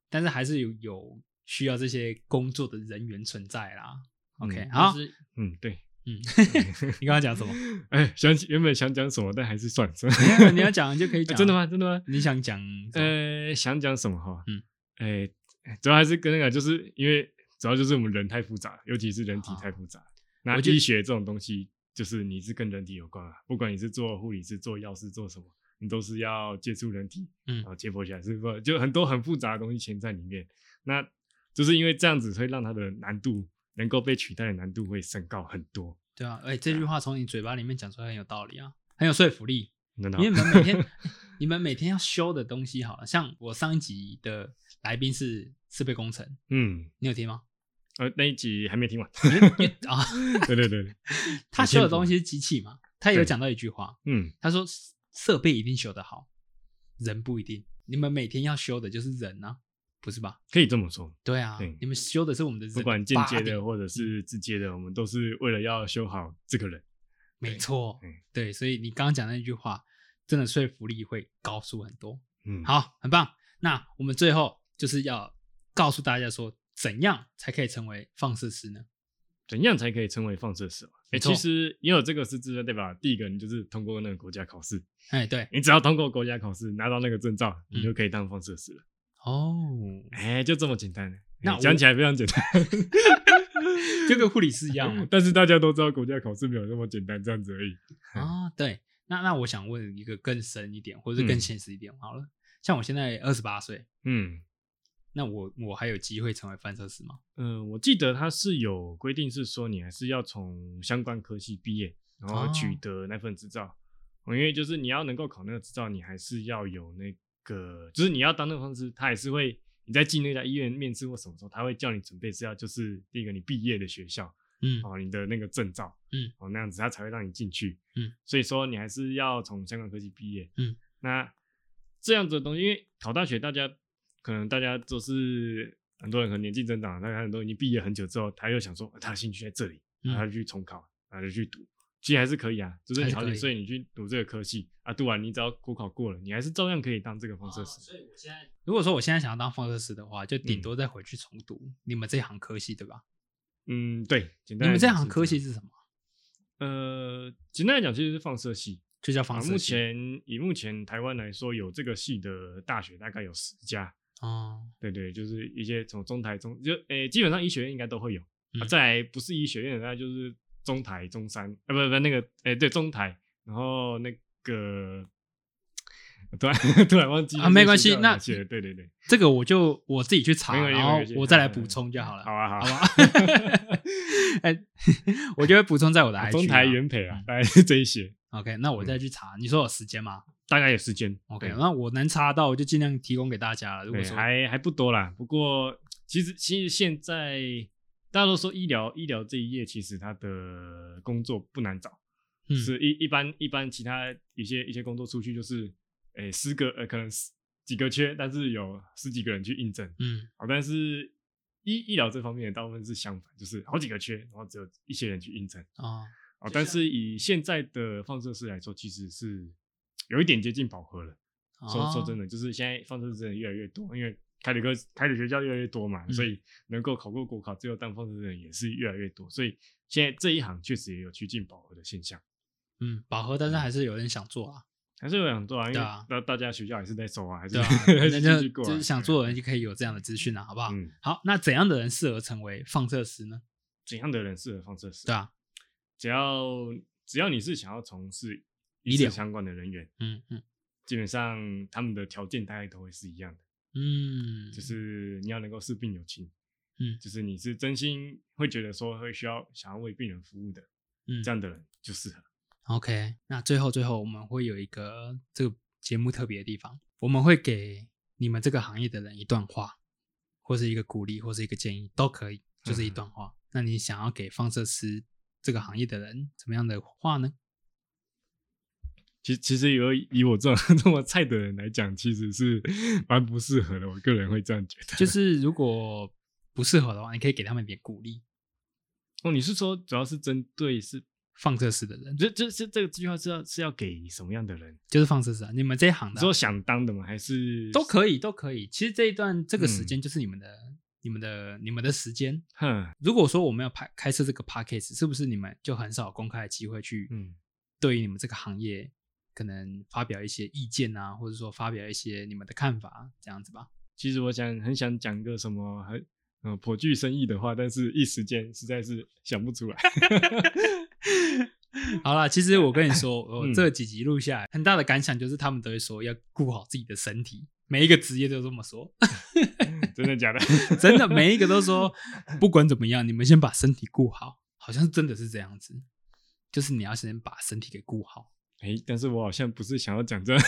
但是还是有有需要这些工作的人员存在啦。OK，、
嗯
好
就，是
嗯，对。
嗯，你刚刚讲什么？
哎，想起原本想讲什么，但还是算了。算了
没 有你要讲就可以
啊
讲、
真的？吗？真的吗？
你想讲？呃，
呃，想讲什么哈？
嗯，
哎，主要还是跟那个，就是因为主要就是我们人太复杂，尤其是人体太复杂。那
哦我觉得
医学这种东西，就是你是跟人体有关啊，不管你是做护理师、做药师、做什么，你都是要接触人体，
嗯
然后解剖起来是不就很多很复杂的东西潜在里面。那就是因为这样子，会让它的难度能够被取代的难度会升高很多。
对啊，哎、这句话从你嘴巴里面讲出来很有道理啊，很有说服力。
真的
因为你们每 天，你们每天要修的东西，好了，像我上一集的来宾是设备工程，
嗯，
你有听 吗？
呃，那一集还没听完。
因为啊，
对对对，对
他修的东西是机器嘛，他有讲到一句话，
嗯，
他说设备一定修得好，人不一定。你们每天要修的就是人啊，不是吧？
可以这么说。
对啊，
对
你们修的是我们的人，
不管间接的
body，
或者是直接的，我们都是为了要修好这个人。
没错
嗯，
对，所以你刚刚讲的那句话，真的说服力会高出很多。
嗯，，
好，很棒。那我们最后就是要告诉大家说，怎样才可以成为放射师呢？
怎样才可以称为放射手啊？哎、
没错
其实也有这个是资格，对吧？第一个，你就是通过那个国家考试，
哎，对，
你只要通过国家考试拿到那个证照，你
嗯
就可以当放射师了。
哦，
哎、就这么简单。哎
那我
讲起来非常简单，。
就跟护理师一样啊嘛
但是大家都知道国家考试没有那么简单，这样子而已。
啊，对。那那我想问一个更深一点，或者是
嗯
更现实一点，好了，像我现在二十八岁，
嗯
那我我还有机会成为放射师吗？
嗯、呃我记得它是有规定，是说你还是要从相关科系毕业，然后
哦
取得那份执照。哦因为就是你要能够考那个执照，你还是要有那个，就是你要当那个方式，他还是会你在进那家医院面试或什么时候，他会叫你准备是要就是第一个你毕业的学校
嗯，
哦，你的那个证照，
嗯，
哦那样子他才会让你进去，
嗯，
所以说你还是要从相关科技毕业，
嗯，
那这样子的东西，因为考大学大家可能大家都是很多人可能年纪增长，大家很多人已经毕业很久之后，他又想说、啊他的兴趣在这里，
嗯
然后他就去重考，然后就去读。其实还是可以啊，就是
还
你
是
好
可
几
以
岁你去读这个科系啊，读完你只要国考过了，你还是照样可以当这个方式师。
哦以我现在，如果说我现在想要当放射师的话，就顶多再回去重读、你们这行科系，对吧？
嗯，对，简
你
单来
们
讲是
这
这样。
行科系是什么？
呃，简单来讲其实是放射系，
就叫
啊
放，射系。
目前以目前台湾来说，有这个系的大学大概有十家，
哦，
对对，就是一些从中台中就诶、基本上医学院应该都会有。啊、
嗯
再来不是医学院的，那就是中台、中山，啊，不不，那个诶、对，中台，然后那个。突然 突然忘记
啊
就是
没关系
学校有哪
那
些了对对对，
这个我就我自己去查，
没关系
然
没
后
关系
我再来补充就好了。
好啊好
好
啊，
吧， 哎、我就会补充在 我的 IG
中台
啊
原培啊，大概是这一些，
OK，那我再去查。你说有时间吗
大概有时间
？OK，
对
那我能查到，我就尽量提供给大家了。如果
对，
说
还还不多啦。不过其实其实现在大家都说医疗医疗这一业，其实它的工作不难找，
嗯
是一一般一般其他一些一些工作出去就是，诶十个呃可能十几个缺，但是有十几个人去应征，
嗯，
好，但是。医医疗这方面大部分是相反，就是好几个缺，然后只有一些人去应征
哦，
哦。但是以现在的放射师来说，其实是有一点接近饱和了。说说真
的，
的，就是现在放射师的人越来越多，因为开的科开的学校越来越多嘛，
嗯
所以能够考过国考最后当放射师的人也是越来越多，所以现在这一行确实也有趋近饱和的现象。
嗯，饱和，但是还是有人想做啊，
还是有想做啊，因
对
为
啊
大大家学校还是在收啊，还是、
对啊
还，
那
是
就
继续过、啊，
就是想做的人就可以有这样的资讯了，好不好？
嗯，
好，那怎样的人适合成为放射师呢？
怎样的人适合放射师？
对啊，
只要只要你是想要从事
医疗
相关的人员，
嗯嗯
基本上他们的条件大概都会是一样的。
嗯，
就是你要能够视病友情，
嗯
就是你是真心会觉得说会需要想要为病人服务的，
嗯
这样的人就适合。
OK，那最后最后我们会有一个这个节目特别的地方，我们会给你们这个行业的人一段话，或是一个鼓励，或是一个建议都可以，就是
嗯
一段话。那你想要给放射师这个行业的人怎么样的话呢？
其其实有以我这种 这么菜的人来讲，其实是 蛮不适合的。我个人会这样觉得。
就是如果不适合的话，你可以给他们一点鼓励。
哦，你是说主要是针对是，
放射师的人
这这这这个句话是要是要给什么样的人？
就是放射师啊，你们这一行
你
的啊、
说想当的吗？还是
都可以，都可以。其实这一段这个时
嗯
间就是你们的、你们的、你们的时间。
哼，
如果说我们要拍开设这个 p a c k a g e 是不是你们就很少有公开的机会去
嗯
对于你们这个行业可能发表一些意见啊，或者说发表一些你们的看法这样子 吧？
其实我想很想讲个什么很呃颇具深意的话，但是一时间实在是想不出来。
好啦，其实我跟你 说，我
嗯
这几集录下来，很大的感想就是他们都会说要顾好自己的身体，每一个职业都这么说，
真的假的？
真的每一个都说，不管怎么样，你们先把身体顾好，好像真的是这样子，就是你要先把身体给顾好。
哎，但是我好像不是想 要讲这样，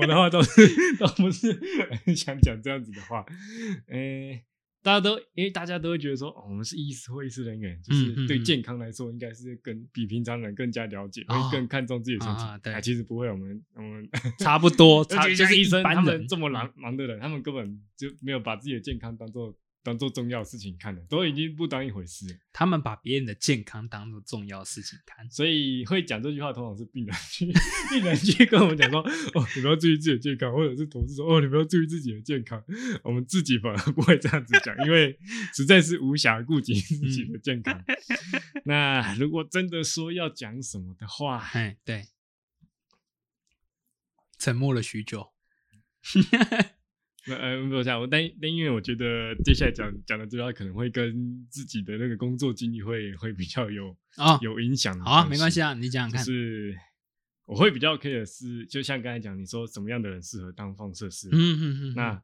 我的话倒是倒不是很想讲这样子的话。哎，大家都因为大家都会觉得说，哦，我们是医师或医师人员，就
嗯嗯
是对
嗯
健康来说，应该是更比平常人更加了解，
哦
会更看重自己的身体。
啊对
啊其实不会，我们我们
差不多，
而
差
且
就
像
是
医
一
生
般
他
人嗯
们这么忙忙的人，他们根本就没有把自己的健康当做当做重要的事情看的，都已经不当一回事了。
他们把别人的健康当做重要事情看。
所以会讲这句话，通常是病人去病人去跟我们讲说，哦，你们要注意自己的健康，或者是同事说，哦，你们要注意自己的健康。我们自己反而不会这样子讲，因为实在是无暇顾及自己的健康。
嗯
那如果真的说要讲什么的话，
哎，对，沉默了许久。
那呃，不想我，但但因为我觉得接下来讲讲的这句话可能会跟自己的那个工作经历会会比较有
啊、
有影响的。
好啊，没关系啊，你讲讲
就
看。
是我会比较 care 的是，就像刚才讲，你说什么样的人适合当放射师？
嗯嗯嗯，
那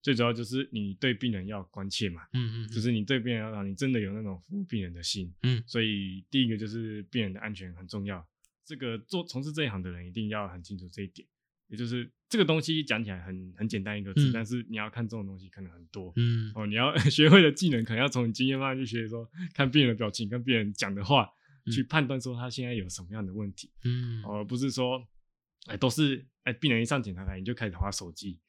最主要就是你对病人要关切嘛，
嗯嗯，嗯
就是你对病人要让你真的有那种服务病人的心。
嗯
所以第一个就是病人的安全很重要，这个做从事这一行的人一定要很清楚这一点。也就是这个东西讲起来很很简单一个字，
嗯
但是你要看这种东西可能很多。
嗯
哦，你要 学会的技能，可能要从你经验慢慢去学说看病人的表情，看病人讲的话，
嗯
去判断说他现在有什么样的问题。
嗯
而、不是说，哎、都是哎、病人一上检查台你就开始划手机。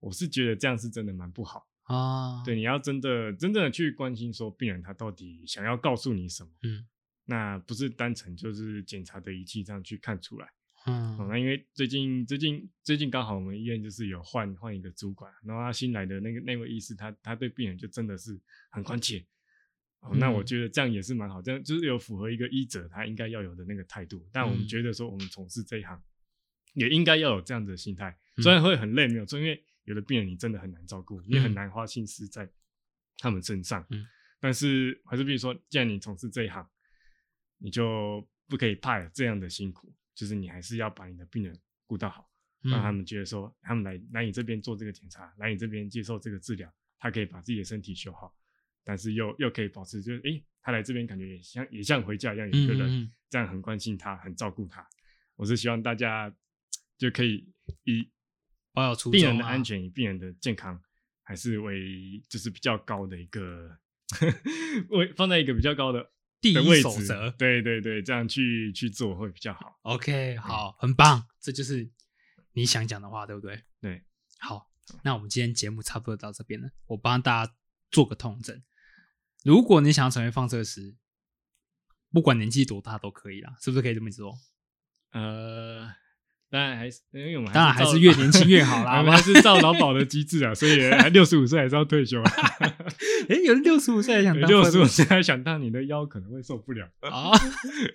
我是觉得这样是真的蛮不好。
啊，
对，你要真的真正的去关心说病人他到底想要告诉你什么，
嗯
那不是单纯就是检查的仪器上去看出来。哦，
嗯
那因为最近最近最近刚好我们医院就是有换换一个主管，然后他新来的那个那位医师他，他对病人就真的是很关切。哦，那我
嗯
觉得这样也是蛮好，这样就是有符合一个医者他应该要有的那个态度。但我
嗯
们觉得说，我们从事这一行、也应该要有这样子的心态，虽然会很累，没有错，因为有的病人你真的很难照顾，你也
嗯
很
嗯
难花心思在他们身上。
嗯，
但是还是比如说，既然你从事这一行，你就不可以怕有这样的辛苦，就是你还是要把你的病人顾到好，让他
嗯
们觉得说，他们来来你这边做这个检查，来你这边接受这个治疗，他可以把自己的身体修好，但是又又可以保持，就是诶、他来这边感觉也像也像回家一样，有一个人、
嗯嗯嗯
这样很关心他，很照顾他。我是希望大家就可以以
保有初衷
病人的
啊
安全与病人的健康，还是为就是比较高的一个 位放在一个比较高的
第
的
一
位
守
置
则
对对对，这样去去做会比较好。
OK，好，很棒，这就是你想讲的话，对不对？
对，
好，那我们今天节目差不多到这边了，我帮大家做个统整。如果你想要成为放射师，不管年纪多大都可以啦，是不是可以这么 说？
呃，当然还是因为我们
当然还
照
是越年轻越好啦
我们还是照劳保的机制 啊，所以六十五岁还是要退休啊。
哎，有人六十五岁还想当
六
放
十五
射师
岁还想当你的腰可能会受不了，
啊？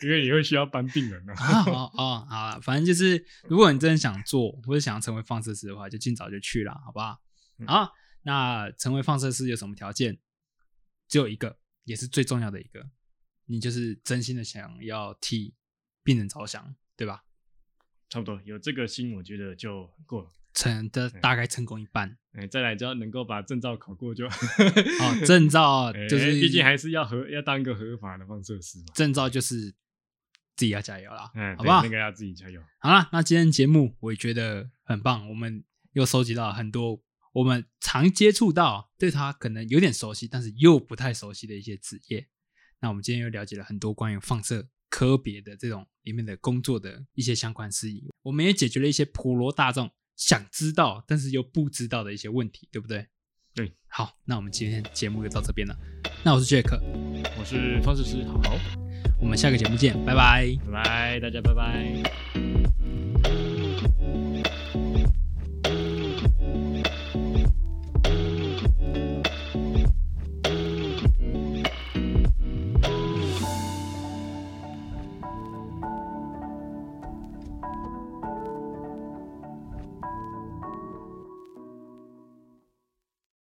因为你会需要搬病人啊。
啊哦哦，好啦，反正就是，如果你真的想做或者想要成为放射师的话，就尽早就去啦，好不好？
嗯
好，那成为放射师有什么条件？只有一个，也是最重要的一个，你就是真心的想要替病人着想，对吧？
差不多有这个心，我觉得就够了。
成的
嗯
大概成功一半
哎，再来只要能够把证照考过就
哦
哦，
证照就
哎
是，
毕竟还是要合要当一个合法的放射师嘛。
证照就是自己要加油啦，
嗯，
好
对
不好？
那个要自己加油。
好啦，那今天节目我也觉得很棒，我们又收集到很多我们常接触到、对它可能有点熟悉，但是又不太熟悉的一些职业。那我们今天又了解了很多关于放射科别的这种里面的工作的一些相关事宜，我们也解决了一些普罗大众想知道但是又不知道的一些问题，对不对？
对，
好，那我们今天节目就到这边了。那我是 Jack，
我是方式师好好，
我们下个节目见，拜拜。
拜拜，大家拜拜。